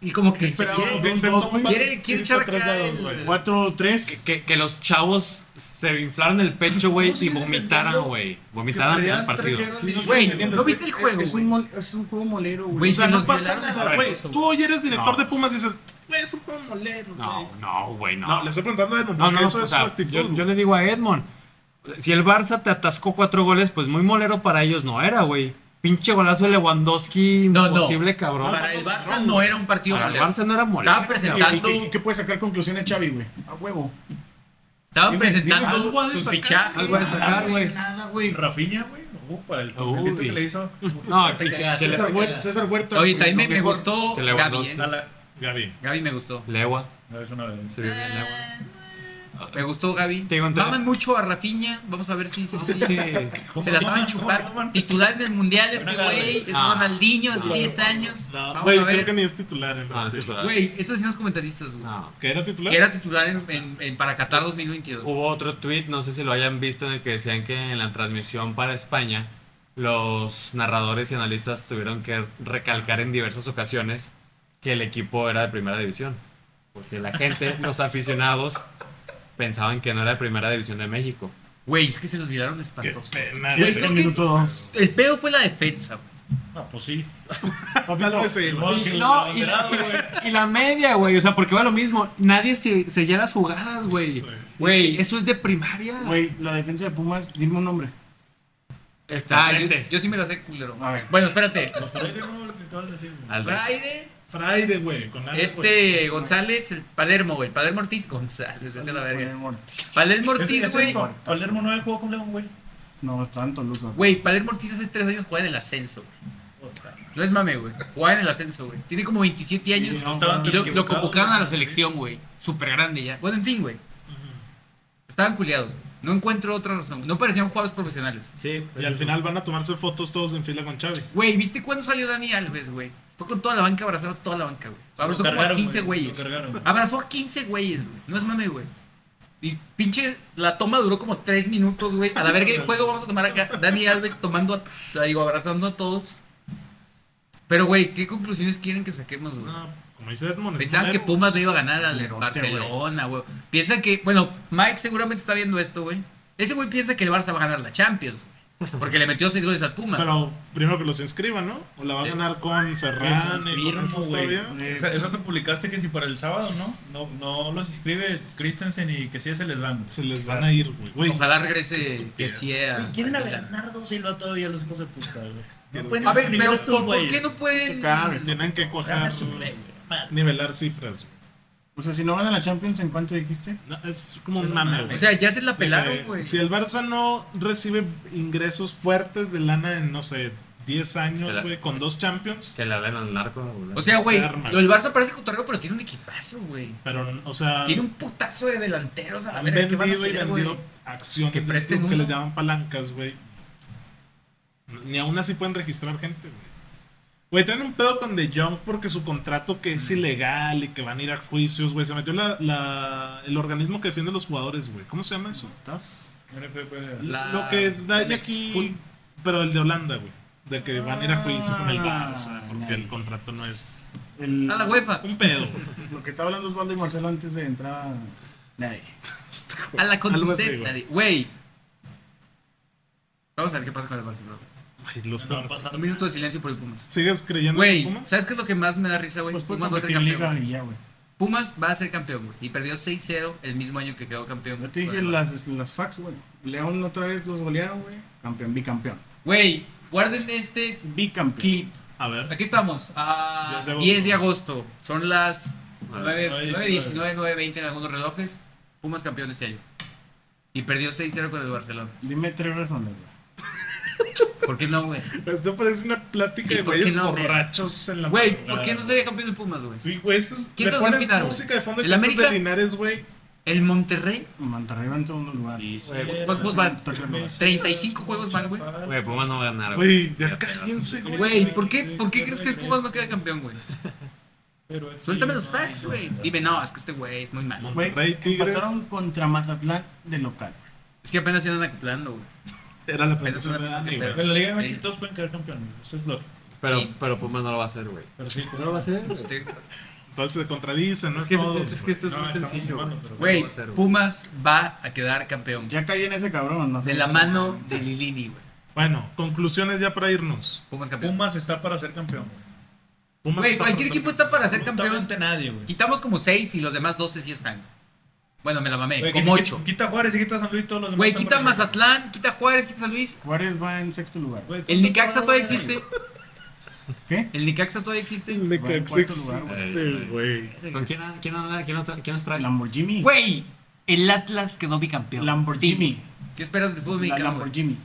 S2: Y como que se
S1: Pero
S2: quiere.
S1: intentó
S3: dos, güey.
S1: un
S2: Quiere-
S1: balón
S2: quiere echar
S1: atrás
S2: acá
S1: de dos,
S2: el-
S1: güey.
S2: el-
S3: 4-3.
S4: que, que los chavos se inflaron el pecho, güey, y vomitaron, güey. Vomitaron al final del partido.
S2: Güey, ¿no viste el juego,
S3: Es
S2: güey?
S3: un, mol- es un juego molero,
S2: Güey,
S3: güey.
S1: O sea,
S2: si
S1: no
S2: nos
S1: pasa
S2: violaron
S1: nada,
S2: es
S1: güey.
S2: correcto,
S1: Tú hoy eres director
S4: No.
S1: de Pumas y dices, güey, es un juego molero, güey.
S4: No, no, güey, no.
S1: No, le estoy preguntando a Edmond,
S4: No,
S1: porque
S4: no,
S1: eso
S4: o
S1: es
S4: sea,
S1: su actitud.
S4: yo, yo
S1: güey.
S4: le digo a Edmond, si el Barça te atascó cuatro goles, pues muy molero para ellos no era, güey. Pinche golazo de Lewandowski,
S2: No, no.
S4: imposible, cabrón.
S2: Para el Barça no era un partido
S4: Para el
S2: molero.
S4: Barça no era molero.
S2: Estaba
S3: ¿Y, y
S2: presentando,
S3: qué- y qué puede sacar conclusión de Xavi, güey? A huevo.
S2: estaban
S3: dime, dime
S1: algo ha
S2: presentando
S1: de
S2: sus
S1: sacar,
S2: fichajes.
S4: Algo de sacar, güey.
S3: Nada, Ah, güey.
S5: Rafinha, güey. Upa, el
S4: Uy.
S5: toquetito que le hizo.
S4: No, que, que- que le-
S3: César, Huer- César Huerta.
S2: Oye,
S3: güey,
S2: también me,
S3: lo
S2: me
S3: mejor.
S2: gustó
S4: Que
S2: Gaby.
S4: Lewandowski.
S2: ¿eh?
S1: Gaby.
S2: Gaby me gustó.
S4: Legua,
S5: No, es una
S4: se vio bien Legua.
S2: Ah. Me gustó Gaby.
S4: Te digo, entre-
S2: Maman mucho a Rafiña. Vamos a ver si, si- si-
S4: Sí.
S2: se la estaban chupando. Titular del mundial este
S5: Una
S2: güey. Es
S4: Ah.
S2: Ronaldinho hace 10 años.
S1: No,
S2: Vamos
S1: güey,
S2: a
S1: creo
S2: ver.
S1: que ni es titular en
S4: Ah, sí,
S1: Brasil.
S4: pero-
S2: Güey, esos decían los comentaristas, güey.
S4: No.
S1: ¿Que era titular?
S2: Que era titular en, en- en para Qatar 2022.
S4: Hubo otro tweet, no sé si lo hayan visto, en el que decían que en la transmisión para España los narradores y analistas tuvieron que recalcar en diversas ocasiones que el equipo era de primera división. Porque la gente, los aficionados, pensaban que no era de primera división de México.
S2: Güey, es que se los miraron
S1: Qué
S2: espantosos.
S1: pena,
S2: Güey,
S1: güey.
S2: creo
S3: En
S2: que-
S3: minuto dos.
S2: El pedo fue la defensa, güey.
S5: Ah, pues sí.
S1: Tal vez sí,
S5: El
S1: güey.
S5: modo que
S4: No, y la,
S5: abanderado, güey.
S4: y la media, güey. O sea, porque va lo mismo. Nadie se, sellía las jugadas,
S1: Sí.
S4: güey. Güey, eso es de primaria.
S3: Güey, la defensa de Pumas, dime un nombre.
S2: Está, Ah, yo,
S4: Enfrente.
S2: yo sí me la sé, culero.
S3: A ver.
S2: Bueno, espérate.
S5: Los trailers, no, lo que acabas de decir, güey.
S4: Aldo.
S2: Fraire,
S1: Friday, güey. con nada, güey.
S2: este González, el Palermo, güey. Palermo Ortiz González, vete a la verga.
S3: Poner Morty.
S2: Palermo
S5: Ese-
S2: Ortiz,
S5: ese
S2: güey.
S5: no, Palermo 9 jugó con León, güey.
S3: No, está en Toluca.
S2: Güey, Palermo Ortiz hace tres años jugaba en el ascenso. güey. No es mame, güey. Jugaba en el ascenso, güey. Tiene como 27 años.
S3: No,
S5: estaban
S2: y
S5: tan
S2: lo, lo
S5: equivocados,
S2: convocaron a la
S5: güey.
S2: selección, güey. Súper grande ya. Bueno, en fin, güey. Estaban culiados. No encuentro otra razón. No parecían jugadores profesionales.
S5: Sí,
S1: Y al final van a tomarse fotos todos en fila con Xavi.
S2: Güey, ¿viste cuándo salió Dani Alves, güey? Fue con toda la banca, abrazaron a toda la banca, güey. Abrazó como a 15 güeyes. Abrazó a 15 güeyes, güey. No es mame, güey. Y pinche, la toma duró como 3 minutos, güey. A la verga del juego vamos a tomar acá. Dani Alves tomando, a- la digo, abrazando a todos. Pero, güey, ¿qué conclusiones quieren que saquemos, güey?
S1: No, pues, como dice Edmond. es
S2: Pensaban que
S1: molero.
S2: Pumas le iba a ganar al
S3: Norte,
S2: Barcelona, güey. Piensan que, bueno, Mike seguramente está viendo esto, güey. Ese güey piensa que el Barça va a ganar la Champions, güey. Porque le metió 6 goles al Pumas.
S1: Pero primero que los inscriban, ¿no? O la va a
S2: Sí.
S1: ganar con Ferran y con esos todavía.
S5: Eh, Esa- Eso que publicaste que si para el sábado, ¿no? No, no los inscribe Christensen y que sí se les van.
S1: Se les van a ir, güey. güey.
S2: Ojalá regrese que
S1: estupidez.
S2: sí a-
S5: Quieren a Bernardo Silva todavía los hijos de puta, güey.
S1: No
S5: pueden
S2: A ver,
S5: ni
S2: pero
S5: estos
S2: ¿por, por
S5: güeyes.
S2: qué no pueden...?
S3: Te cagas.
S1: Tienen que cuajar, nivelar cifras. güey.
S3: O sea, si no ganan la Champions, ¿en cuánto dijiste?
S1: No, es como un
S5: Es
S1: mame,
S5: mame.
S1: güey.
S2: O sea, ya se la
S1: De
S2: pelaron,
S1: que
S2: güey.
S1: Si el Barça no recibe ingresos fuertes de lana en, no sé, 10 años,
S4: Espera.
S1: güey, con dos Champions,
S4: Que le hablen al narco. güey.
S2: O sea, güey,
S1: se arma,
S2: lo del Barça parece cotorreo, pero tiene un equipazo, güey.
S1: pero, o
S3: Ah.
S1: sea,
S2: Tiene un putazo de delanteros a la
S1: han
S2: verga. ¿Qué
S1: vendido
S2: van a
S1: y
S2: hacer, güey?
S1: vendido acciones
S2: Que
S1: del
S2: presten
S1: club que
S2: uno.
S1: les llaman palancas, güey. Ni aún así pueden registrar gente, güey. Güey, traen un pedo con De Jong porque su contrato que
S2: Mm.
S1: es ilegal y que van a ir a juicios, güey. Se metió la, la- el organismo que defiende a los jugadores, güey. ¿Cómo se llama eso?
S3: ¿Estás?
S2: La-
S1: Lo que da
S2: el
S1: de aquí,
S2: exfut-
S1: pero el de Holanda, güey. De que van a ir a juicio con el Barça porque
S3: Ah,
S1: el contrato no es
S3: El-
S2: A la UEFA.
S1: un pedo. güey.
S3: Lo que estaba hablando Osvaldo y Marcelo antes de entrar. Nadie.
S2: A la
S1: Algo así,
S2: Conducef. nadie- Güey. Vamos a ver qué pasa con el Barça, bro.
S1: Ay, los
S5: No
S1: Pumas.
S5: pasa
S2: Un minuto de silencio por el Pumas.
S1: ¿Sigues creyendo en
S2: Güey,
S1: Pumas?
S2: ¿sabes qué es lo que más me da risa, güey?
S3: Pues puede
S2: Pumas va a ser
S3: competir en
S2: campeón.
S3: liga
S2: güey.
S3: y ya, güey.
S2: Pumas va a ser campeón, güey. Y perdió 6-0 el mismo año que quedó campeón.
S3: Yo te dije
S2: con el Barça.
S3: las, las facts, güey. León otra vez los golearon, güey. Campeón, bicampeón.
S2: Güey, guarden este
S3: Bicampeón.
S2: clip.
S1: A ver.
S2: Aquí estamos, a
S1: 10 de agosto.
S2: 10 de agosto. Son las
S4: Nueve,
S2: 9, 19, 9, 20 en algunos relojes. Pumas campeón este año. Y perdió 6-0 con el Barcelona.
S3: Dime tres razones, güey.
S2: ¿Por qué no, güey?
S1: Esto parece una plática
S2: ¿Y
S1: de
S2: por
S1: güeyes
S2: qué no, güey?
S1: borrachos en la
S2: Güey,
S1: madrugada,
S2: ¿por qué no
S1: güey.
S2: sería campeón el Pumas, güey?
S1: Sí, güey, esto es.
S2: ¿Quién
S1: le
S2: se los va a
S1: pones
S2: quitar, güey?
S1: música de fondo de
S2: ¿El
S1: cantos de
S2: América?
S1: Linares, güey.
S2: El Monterrey,
S3: Monterrey va en segundo lugar.
S2: ¿cuántos van?
S3: Tercer lugar.
S2: 35 juegos van, güey.
S4: Güey, Pumas no va a ganar,
S1: Güey,
S4: Ya,
S1: ya
S4: pero-
S1: cállense, güey.
S2: Güey, ¿por qué, ¿por qué crees que el Pumas no queda campeón, güey? Suéltame los facts, güey. Dime, no, es que este güey es muy malo.
S3: Güey,
S1: Monterrey, Tigres.
S3: empataron contra Mazatlán de local.
S2: Es que apenas se andan acoplando, güey.
S1: Era la
S2: Pero es
S1: pregunta
S2: una
S1: de Dani,
S2: plática,
S1: güey.
S5: En la Liga
S2: Sí.
S5: MX todos pueden quedar campeones. güey. Eso es lo.
S4: Pero,
S2: Sí.
S4: pero Pumas no lo va a hacer, güey.
S5: Pero sí,
S4: No lo va a hacer.
S2: Este-
S1: Entonces se contradicen, no es,
S6: que, es-
S1: todos,
S6: es que
S1: güey.
S6: esto es
S1: No,
S6: muy
S1: estamos
S6: sencillo,
S1: jugando,
S6: güey.
S1: pero bueno.
S2: Güey,
S6: va a ser, güey?
S2: Pumas va a quedar campeón.
S3: Ya caí en ese cabrón, no sé.
S2: De la mano de Lilini, güey.
S1: Bueno, conclusiones ya para irnos.
S2: Pumas campeón.
S5: Pumas está para ser campeón. güey.
S1: Pumas
S2: Güey,
S1: está
S2: cualquier
S1: pasando-
S2: equipo está para ser campeón.
S5: Absolutamente nadie, güey.
S2: Quitamos como 6 y los demás 12 sí están. Bueno, me la mamé.
S5: Güey,
S2: como
S5: quita-
S2: 8.
S5: Quita Juárez y quita San Luis todos los demás
S2: Güey,
S5: están
S2: quita
S5: para-
S2: Mazatlán, quita Juárez, quita San Luis.
S3: Juárez va en sexto lugar.
S5: Güey,
S2: El Nicaxa
S5: ¿cómo
S2: todavía
S5: van a ganar?
S2: existe.
S3: ¿Qué?
S2: El Nicaxa todavía existe.
S1: Me
S3: Va en
S1: caxé-
S3: cuarto lugar, güey.
S1: este, güey.
S4: ¿Con quién, an- quién anda? ¿Quién, nos tra- quién nos trae?
S3: Lamborghini.
S2: Güey, el Atlas quedó bicampeón.
S3: Lamborghini.
S2: ¿Qué esperas del fútbol
S3: La
S2: mexicano? güey?
S3: Lamborghini.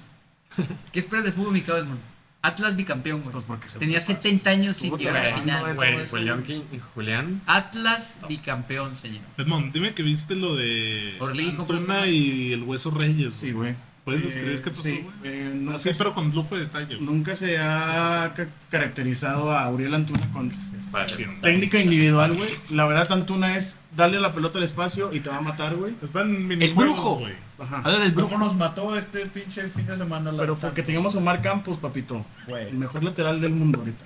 S2: ¿Qué esperas del fútbol mexicano del mundo? Atlas bicampeón, güey.
S3: Pues porque se
S2: Tenía 70 años sin
S3: Estuvo
S2: llegar a la
S3: trabajando,
S2: final.
S3: güey,
S4: Güey, Julián, Quin- Julián.
S2: Atlas bicampeón, señor.
S1: Edmond, dime que viste lo de
S2: Orlegi compró
S1: Antuna
S2: Pumas.
S1: y el Hueso Reyes.
S3: Sí,
S1: güey.
S3: güey.
S1: ¿Puedes
S3: Eh,
S1: describir qué pasó,
S3: sí,
S1: güey?
S3: eh, nunca,
S1: Así,
S3: se,
S1: pero con lujo de detalle. güey.
S3: nunca se ha ca- caracterizado a Uriel Antuna con
S1: Sí.
S3: técnica individual, güey. La verdad, Antuna es darle la pelota al espacio y te va a matar, güey.
S1: Están
S2: El brujo.
S1: güey.
S3: Ajá.
S2: Habla del
S5: ¿Cómo nos mató este pinche fin de semana? la
S3: Pero
S5: Santos,
S3: porque tengamos a Omar Campos, papito. El
S5: Güey.
S3: mejor lateral del mundo ahorita.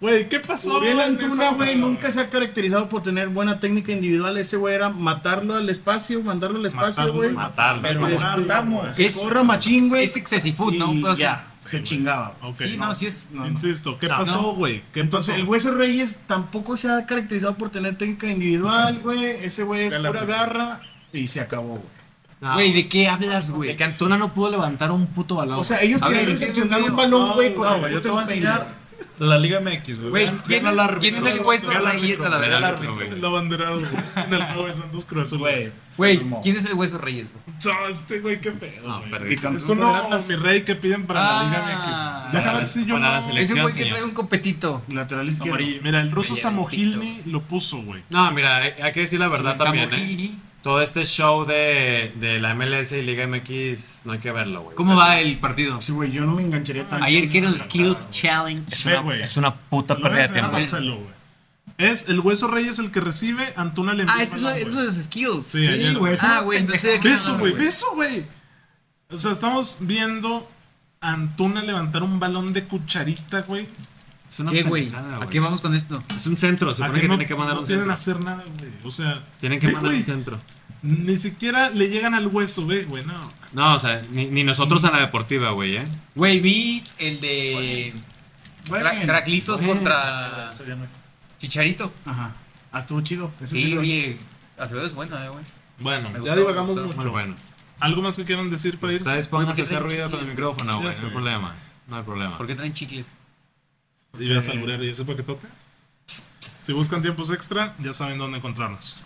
S1: Güey, ¿qué pasó?
S3: Uriel
S1: en
S3: Antuna,
S1: esa
S3: güey,
S1: jugada,
S3: nunca se ha caracterizado por tener buena técnica individual. Ese güey era matarlo al espacio, mandarlo al espacio,
S1: Matarlo,
S3: güey.
S4: Matarlo.
S5: Pero
S3: Este-
S5: matamos.
S3: Que
S2: Es-
S3: corra machín, güey.
S2: Es excesivo, ¿no?
S3: y
S2: Pero, o sea,
S3: ya, se chingaba.
S1: Ok,
S2: sí,
S1: no.
S2: no, sí es.
S3: No, no.
S1: Insisto, ¿qué
S4: No,
S1: pasó, güey? ¿Qué
S3: Entonces,
S1: pasó?
S3: el Hueso Reyes tampoco se ha caracterizado por tener técnica individual, güey. Ese güey es
S5: Ya la
S3: pura
S5: aplicó.
S3: garra y se acabó, güey.
S4: Ah,
S2: Güey, ¿de qué hablas,
S4: De
S2: güey?
S4: que Antuna no pudo levantar un puto balón.
S3: O sea, ellos
S4: A
S3: querían
S4: ver,
S3: recepcionar un balón, güey, con
S5: No,
S3: el
S5: güey, yo te
S3: puto
S5: voy a
S3: empeño.
S5: enseñar la Liga MX, güey.
S2: Güey,
S5: Vean-
S2: ¿quién
S5: vean al
S2: es,
S5: árbitro,
S2: ¿quién es el
S5: güey.
S2: hueso
S5: Vean al
S2: Reyes a
S5: árbitro,
S2: la
S5: vean al
S2: verdad?
S5: árbitro,
S4: güey.
S1: El abanderado, güey, en el juego de Santos Cruz,
S5: güey.
S1: güey.
S2: Güey,
S5: Se armó.
S2: ¿quién es el hueso Reyes? güey?
S1: No, este güey, qué pedo.
S4: No,
S1: güey.
S4: perdí.
S3: Bicampeón
S1: Es
S3: del
S1: uno,
S3: Atlas.
S1: mi rey, que piden para la
S2: Ah.
S1: Liga MX. Déjame ver si yo
S4: Para la
S1: no-
S4: selección.
S2: Es un güey que
S4: señor.
S2: trae un copetito.
S3: Lateral izquierdo.
S5: Amarillo.
S1: Mira, el ruso
S2: Oye,
S1: Samogilny lo puso, güey.
S4: No, mira, hay, hay que decir la verdad
S2: Samu
S4: también, ¿eh?
S2: Gili.
S4: Todo este show de, de la MLS y Liga MX, no hay que verlo, güey.
S2: ¿Cómo va el partido?
S3: Sí, güey, yo no me engancharía tanto.
S2: Ayer que era el Skills Challenge.
S1: Sí, güey.
S6: Es una puta
S1: Lo voy a
S6: pérdida de
S1: enseñar a
S6: tiempo.
S1: Marcelo, güey. Es el hueso Reyes el que recibe, Antuna le envía
S2: Ah, eso es
S1: el
S2: lo,
S1: balón,
S2: es
S1: güey.
S2: lo de los skills.
S1: Sí, ayer, güey.
S4: es
S2: Ah,
S4: una
S2: güey, no sé de qué
S1: Ve eso,
S2: hablan,
S1: güey, ve eso, güey. O sea, estamos viendo a Antuna levantar un balón de cucharita, güey.
S4: Es una
S2: ¿Qué, güey?
S4: pendejada,
S2: ¿A qué vamos con esto?
S4: Es un centro, se
S1: A
S4: supone que
S1: no,
S4: tiene que mandar
S1: no
S4: un
S1: quieren
S4: centro.
S1: hacer nada, güey. O sea,
S4: Tienen que
S1: ve,
S4: mandar
S1: güey,
S4: un centro.
S1: Ni siquiera le llegan al hueso, ve, güey, no.
S4: No, o sea, ni, ni nosotros a la deportiva, güey, ¿eh?
S2: Güey, vi el de. Tra- Traclitos
S4: Bueno.
S2: contra
S5: Ah, Eso ya no-
S2: Chicharito.
S3: Ajá. Ah, estuvo chido. Ese
S2: Sí,
S3: lo vi.
S2: oye, Acevedo es bueno, eh, güey.
S1: Bueno,
S2: Me gustó,
S1: ya divagamos
S2: me gustó.
S1: mucho.
S4: Bueno, bueno.
S1: ¿Algo más que quieran decir para irse?
S4: Ustedes Pues, pónganse a
S2: Güey, ¿por qué
S4: hacer
S2: traes
S4: ruido con el
S2: chicles,
S4: micrófono,
S1: güey?
S4: güey.
S1: Ya
S4: No hay
S1: sé.
S4: problema. No hay problema.
S2: ¿Por qué traen chicles?
S4: Eh.
S1: Y voy a saludar, ¿y eso para que toca? Si buscan tiempos extra, ya saben dónde encontrarnos.